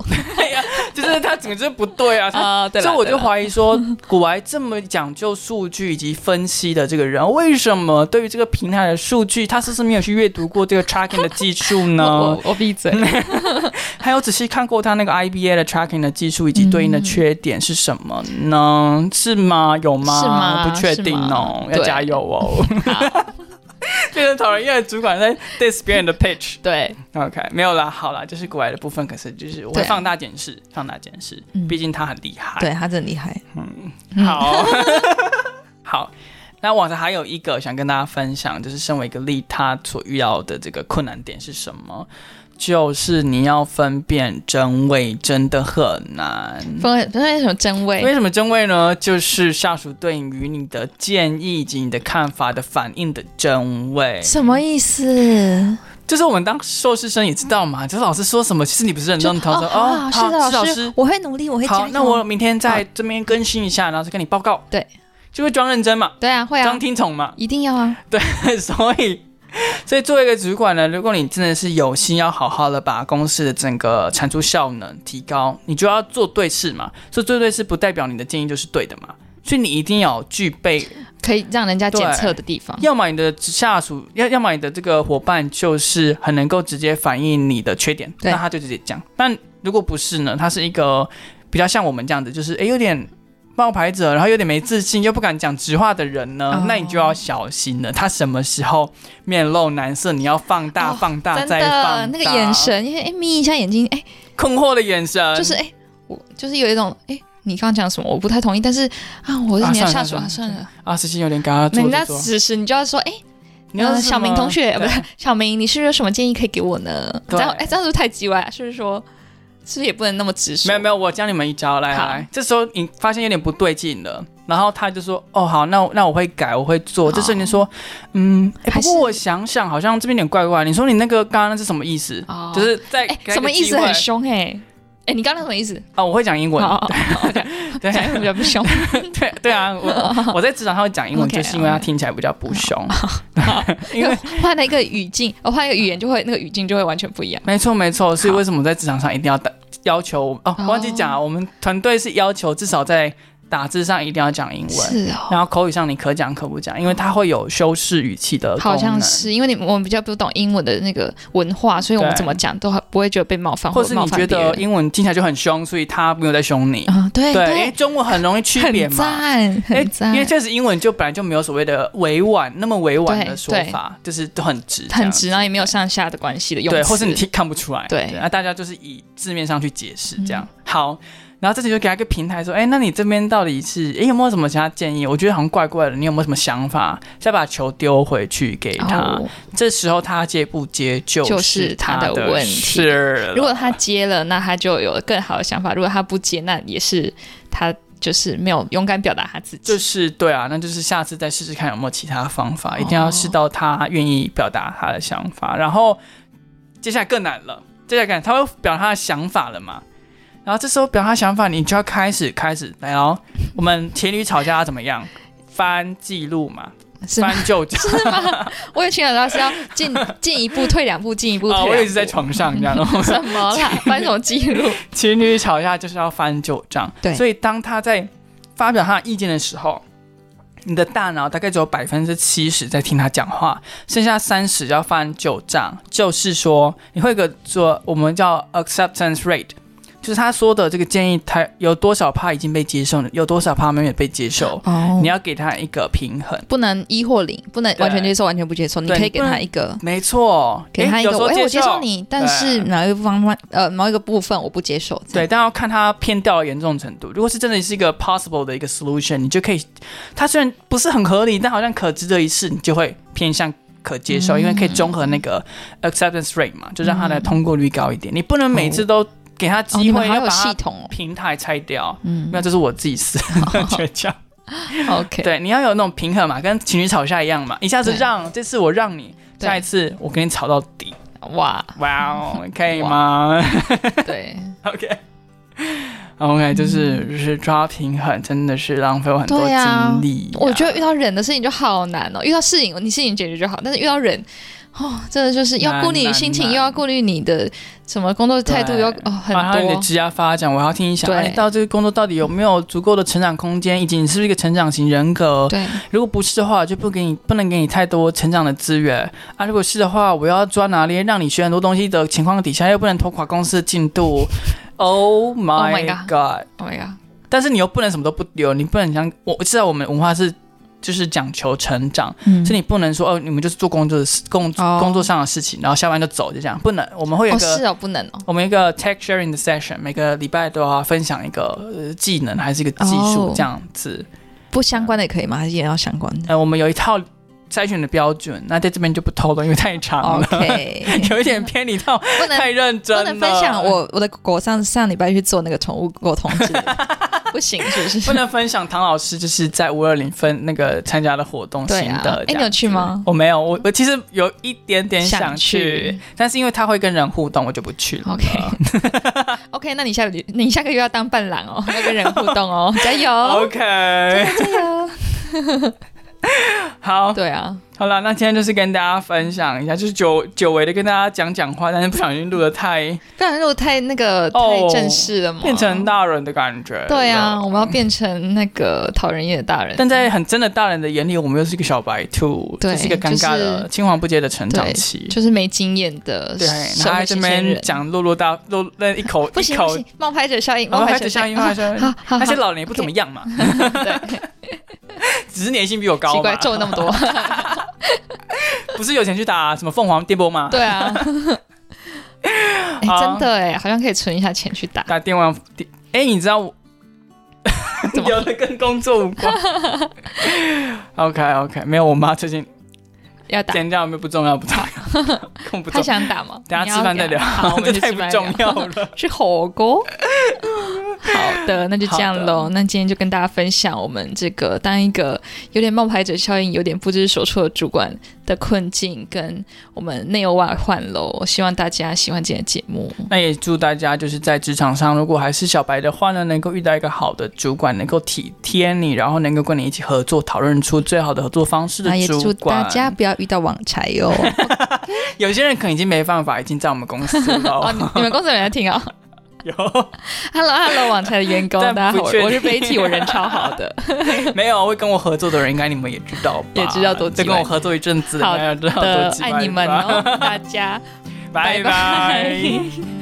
S2: 就是他整个就是不对 [LAUGHS] 啊。他
S1: 啊、对
S2: 所以我就
S1: 怀
S2: 怀疑说，古玩这么讲究数据以及分析的这个人，为什么对于这个平台的数据，他是不是没有去阅读过这个 tracking 的技
S1: [LAUGHS]
S2: 术
S1: 我
S2: 呢？
S1: 我我闭
S2: [LAUGHS]
S1: 嘴，
S2: 还有仔细看过他那个 IBA 的 tracking 的技术以及对应的缺点是什么呢？是吗？有吗？
S1: 是吗
S2: 不确定哦
S1: 是吗，
S2: 要
S1: 对
S2: 加油哦。 [LAUGHS] 变成讨人厌的主管在 diss 别人的 pitch。 [LAUGHS]
S1: 对
S2: OK，没有啦，好啦，就是国外的部分，可是就是我会
S3: 对
S2: 放大检视，放大检视，
S3: 嗯
S2: 毕竟他很厉害。
S3: 对他真的厉害。
S2: 对， [LAUGHS] 嗯好， [LAUGHS] 好。那网上还有一个就是你要分辨真伪真的很难。
S1: 嗯分分为什么真
S2: 为
S1: 伪？
S2: 什么真伪呢？就是下属对于你的建议以及你的看法的反应的真伪。
S1: 什么意思？
S2: 就是我们当硕士生也知道嘛，就是老师说什么，其实你不是很认同，说
S1: 就
S2: 哦，
S1: 好，是的，
S2: 是老
S1: 老
S2: 师
S1: 师，，我会努力，我会加
S2: 好
S1: 油，。
S2: 那我明天在这边更新一下，然后再跟你报告。
S1: 对，
S2: 就会装认真嘛，
S1: 对啊，会
S2: 装
S1: 啊，
S2: 听从嘛。 [LAUGHS]
S1: 一定要啊。
S2: 所以，所以作为一个主管呢，如果你真的是有心要好好的把公司的整个产出效能提高，你就要做对事嘛。做做对事不代表你的建议就是对的嘛，所以你一定要具备，
S1: 可以让人家检
S2: 对
S1: 测的地方。
S2: 要么你的下属，要要么你的这个伙伴就是很能够直接反映你的缺点，
S1: 对
S2: 那他就直接讲。但如果不是呢，他是一个比较像我们这样子，就是诶有点。冒牌者，然后有点没自信，又不敢讲直话的人呢
S1: 哦
S2: 那你就要小心了。他什么时候面露难色，你要放大、
S1: 哦
S2: 放大
S1: 真
S2: 再
S1: 的，
S2: 放大，
S1: 那个眼，神，因为哎眯一下眼睛，哎，
S2: 困惑的眼神，
S1: 就是哎，我就是有一种哎，你刚刚讲什么？我不太同意，但是啊，我是
S2: 啊
S1: 你的
S2: 算了
S1: 下属
S2: 算了
S1: 啊，算了，
S2: 啊，事情有点嘎，
S1: 那
S2: 做
S1: 人
S2: 做
S1: 家
S2: 做。
S1: 此时你就要说，哎，
S2: 你要
S1: 呃
S2: 是
S1: 小明
S2: 什么
S1: 同学，不
S2: 对
S1: 是小明，你是不是有什么建议可以给我呢？
S2: 对
S1: 这样哎，这样是不是太叽歪？是不是说，是不是也不能那么直说？
S2: 没有没有，我教你们一招，来
S1: 好
S2: 来，这时候你发现有点不对劲了，然后他就说，哦好，那那我会改，我会做。
S1: 好
S2: 这时候你说，嗯，哎
S1: 还
S2: 不
S1: 是
S2: 过我想想，好像这边有点怪怪。你说你那个刚刚那是什么意思？
S1: 哦
S2: 就是在
S1: 哎，什么意思？很凶哎。哎，你刚刚那什么意思？哦
S2: 啊？我会讲英文，
S1: 好，好好好 [LAUGHS]
S2: 对
S1: 讲比较不凶。
S2: [LAUGHS] 对对啊，我我在职场上会讲英文，
S1: OK，
S2: 就是因为它
S1: OK
S2: 听起来比较不凶，因
S1: 因
S2: 为
S1: 为 [LAUGHS] 换了一个语境，我换一个语言就会那个语境就会完全不一样。
S2: 没错没错，所以为什么我在职场上一定要打要求哦？
S1: 哦
S2: 忘记讲啊，我们团队是要求至少在打字上一定要讲英文。
S1: 是哦，
S2: 然后口语上你可讲可不讲，因为它会有修饰语气的功能。
S1: 好像，是因为你我们比较不懂英文的那个文化，所以我们
S2: 对
S1: 怎么讲都不会觉得被冒犯
S2: 或是
S1: 者
S2: 你
S1: 冒犯
S2: 觉
S1: 别
S2: 得
S1: 人。
S2: 英文听起来就很凶，所以他没有在凶你。
S1: 啊，对
S2: 对，因为，中文很容易区别
S1: 很
S2: 嘛。
S1: 赞，
S2: 哎
S1: 很赞
S2: 因为，确实英文就本来就没有所谓的委婉那么委婉的
S1: 对
S2: 说法，就是都很直，
S1: 很直，。然后也没有上下的关系的用
S2: 对，
S1: 词，
S2: 或是你听看不出来，
S1: 对嗯
S2: 那、大家就是以字面上去解释这样。好，然后这里就给他一个平台说，哎、那你这边到底是，哎、有没有什么其他建议？我觉得好像怪怪的，你有没有什么想法？再把球丢回去给他。
S1: 哦
S2: 这时候他接不接就
S1: 就是他
S2: 的
S1: 的问题
S2: 是，
S1: 如果他接了，那他就有更好的想法；如果他不接，那也是他就是没有勇敢表达他自己。
S2: 就是对啊，那就是下次再试试看有没有其他方法，
S1: 哦
S2: 一定要试到他愿意表达他的想法。然后接下来更难了，接下来更难，他会表达他的想法了嘛？然后这时候表达他想法，你就要开始开始来哦。我们情侣吵架怎么样？翻记录嘛，
S1: 是吗？
S2: 翻旧
S1: [LAUGHS]
S2: 账。
S1: 是吗？我有群友老师要进进一步退两步，进一步退
S2: 啊，
S1: 两步。
S2: 我也是在床上这样。然后我们
S1: 什么啦？翻什么记录？
S2: 情侣吵架就是要翻旧账，
S1: 对
S2: 所以当他在发表他的意见的时候，你的大脑大概只有百分之七十在听他讲话，剩下三十要翻旧账，就是说你会有个做我们叫 acceptance rate。就是他说的这个建议，他有多少趴已经被接受了，有多少趴没有被接受，
S1: 哦
S2: 你要给他一个平衡。
S1: 不能一或零，不能
S2: 对
S1: 完全接受，完全不接受，你
S2: 对
S1: 可以给
S2: 你不
S1: 他
S2: 能
S1: 一个，
S2: 没错，
S1: 给他
S2: 诶
S1: 一个
S2: 有时，候
S1: 哎，我接受
S2: 受
S1: 你，但是某一个方面，呃，某一个部分我不接受。这
S2: 对，
S1: 样，
S2: 但要看它偏掉的严重程度。如果是真的是一个 possible 的一个 solution，你就可以，它虽然不是很合理，但好像可值得一试，你就会偏向可接受，
S1: 嗯
S2: 因为可以综合那个 acceptance rate 嘛，就让它的通过率高一点。你不能每次都给它
S1: 哦，
S2: 机
S1: 你
S2: 会，
S1: 们好
S2: 要
S1: 有
S2: 把
S1: 系
S2: 它
S1: 统哦。
S2: 平台拆掉。
S1: 嗯哦
S2: 没有，这是我自己私 [LAUGHS] 人的诀窍。 [LAUGHS]
S1: ，OK，
S2: 对，你要有那种平衡嘛，跟情侣吵架一样嘛，一下子
S1: 对
S2: 让，这次我让你，
S1: 对啊
S2: 下一次我跟你吵到底。
S1: 哇，
S2: 哇哦，可以吗？
S1: 对
S2: OK。OK，就是就是抓平衡，真的是浪费我很
S1: 嗯
S2: 多
S1: 对啊
S2: 精力、
S1: 我觉得遇到人的事情就好难哦，遇到事情你事情解决就好，但是遇到人。哦，真的就是要顾虑你
S2: 难
S1: 心情，
S2: 难
S1: 又要顾虑你的什么工作态度，
S2: 对
S1: 又要哦很
S2: 然后你的
S1: 多。
S2: 职业发展，我还要听你想，
S1: 对
S2: 哎，到这个工作到底有没有足够的成长空间，以及你是不是一个成长型人格？ [LAUGHS]
S1: 对，
S2: 如果不是的话，就不给你不能给你太多成长的资源啊。如果是的话，我要抓哪里让你学很多东西的情况底下，又不能拖垮公司的进
S1: [LAUGHS]
S2: 度。Oh my
S1: my god
S2: god！
S1: Oh my god，
S2: 但是你又不能什么都不丢，你不能像我我知道我们文化是就是讲求成长。
S1: 嗯
S2: 所以你不能说哦，你们就是做工作的事，工、
S1: 哦
S2: 工作上的事情，然后下班就走，就这样，不能。我们会有一
S1: 哦
S2: 个、
S1: 是哦，不能哦，
S2: 我们有一个 tech sharing 的 session，每个礼拜都要分享一个、呃、技能还是一个技术
S1: 哦
S2: 这样子。
S1: 不相关的也可以吗？还是也要相关的？
S2: 呃，我们有一套筛选的标准。那在这边就不透露，因为太长了
S3: 哦
S2: [LAUGHS]
S3: OK，
S2: 有一点偏离到
S3: [LAUGHS] 不能
S2: 啊太认真
S3: 不
S2: 了。
S3: 能分享我我的狗上上礼拜去做那个宠物狗同志，
S2: [LAUGHS]
S3: 不行是不是？
S2: 不能分享唐老师就是在五二零分那个参加的活动
S3: 对
S2: 心
S3: 啊，
S2: 得。
S3: 哎、你有去吗？
S2: 我没有，我我其实有一点点
S3: 想
S2: 想去，
S3: 去
S2: 但是因为他会跟人互动，我就不去了。
S1: OK OK，那你下个月你下个月要当伴郎哦，要跟人互动哦， [LAUGHS] 加
S2: [LAUGHS]
S1: 油 [LAUGHS]
S2: OK，
S1: 加油！
S2: 好，
S1: 对啊，
S2: 好了，那今天就是跟大家分享一下，就是久久违的跟大家讲讲话，但是不小心录的太
S1: 不然如果太那个
S2: 哦
S1: 太正式了嘛，
S2: 变成大人的感觉。
S1: 对啊，，我们要变成那个讨人厌的大人。
S2: 但在很真的大人的眼里，我们又是一个小白兔，
S1: 对
S2: 这是一个尴尬的、
S1: 就是
S2: 青黄不接的成长
S1: 对
S2: 期。
S1: 就是没经验的
S2: 对，然
S1: 社
S2: 后还
S1: 会
S2: 这
S1: 新鲜
S2: 边
S1: 人，
S2: 讲落落大落那一口
S1: 不
S2: 一
S1: 行不
S2: 口哦
S1: 行，冒牌者效应，
S2: 然
S1: 冒
S2: 后
S1: 牌
S2: 开
S1: 者
S2: 始
S1: 效
S2: 像
S1: 应，
S2: 樱花说，
S1: [LAUGHS] 好好
S2: 那
S1: 好
S2: 些，老人也不怎么样嘛，
S1: 对，
S2: 只是年薪比我 [LAUGHS] 高
S1: 奇
S2: 嘛
S1: 怪，，皱那么
S2: [LAUGHS]
S1: 多，
S2: 不是有钱去打什么凤凰电波吗？
S1: 对
S2: [LAUGHS]
S1: 啊，哎
S2: 好
S1: 真的哎，好像可以存一下钱去打，
S2: 打电话，电哎，你知道 [LAUGHS] 我
S1: 怎么
S2: 有的跟工作无关。OK OK，没有，我妈最近
S1: 要打，
S2: 剪掉有没有不重要，不重要，根本不重
S1: 他
S2: 要。
S1: 想打吗？
S2: 等下
S1: 你要
S2: 吃饭再聊
S1: 打好，我，
S2: 这
S1: 们去
S2: [LAUGHS] 太
S1: 吃
S2: 不
S1: 饭
S2: 重
S1: 聊
S2: 要，了。
S1: 是火
S2: [LAUGHS]
S1: 锅。好的，那就这样
S2: 好
S1: 喽。那今天就跟大家分享我们这个当一个有点冒牌者效应、有点不知所措的主管的困境，跟我们内忧外患喽。希望大家喜欢今天的节目。
S2: 那也祝大家就是在职场上，如果还是小白的话呢，能够遇到一个好的主管，能够体贴你，然后能够跟你一起合作，讨论出最好的合作方式的
S3: 那也
S2: 主
S3: 祝
S2: 管。
S3: 大家不要遇到网柴
S2: [LAUGHS]
S3: 哦。
S2: 有些人可能已经没办法，已经在我们公司 [LAUGHS]
S1: 哦，
S2: 了。
S1: 你你们公司有人在听哦
S2: 有
S1: ？Hello Hello，网台的员工，
S2: [LAUGHS] 但
S1: 大
S2: 不
S1: 家好，我
S2: 确定
S1: 是 Betty，我人超好
S2: [LAUGHS]
S1: 的。 [LAUGHS]
S2: 没有会跟我合作的人，应该你们也知道吧？
S1: 也知道多
S2: 这
S1: 鸡
S2: 跟
S1: 歪
S2: 我合作一阵子的，
S1: 好
S2: 大家知道多
S1: 的 [LAUGHS]
S2: 鸡，歪
S1: 爱你们
S2: 吧
S1: 哦，大家。
S2: 拜
S1: 拜拜
S2: 拜。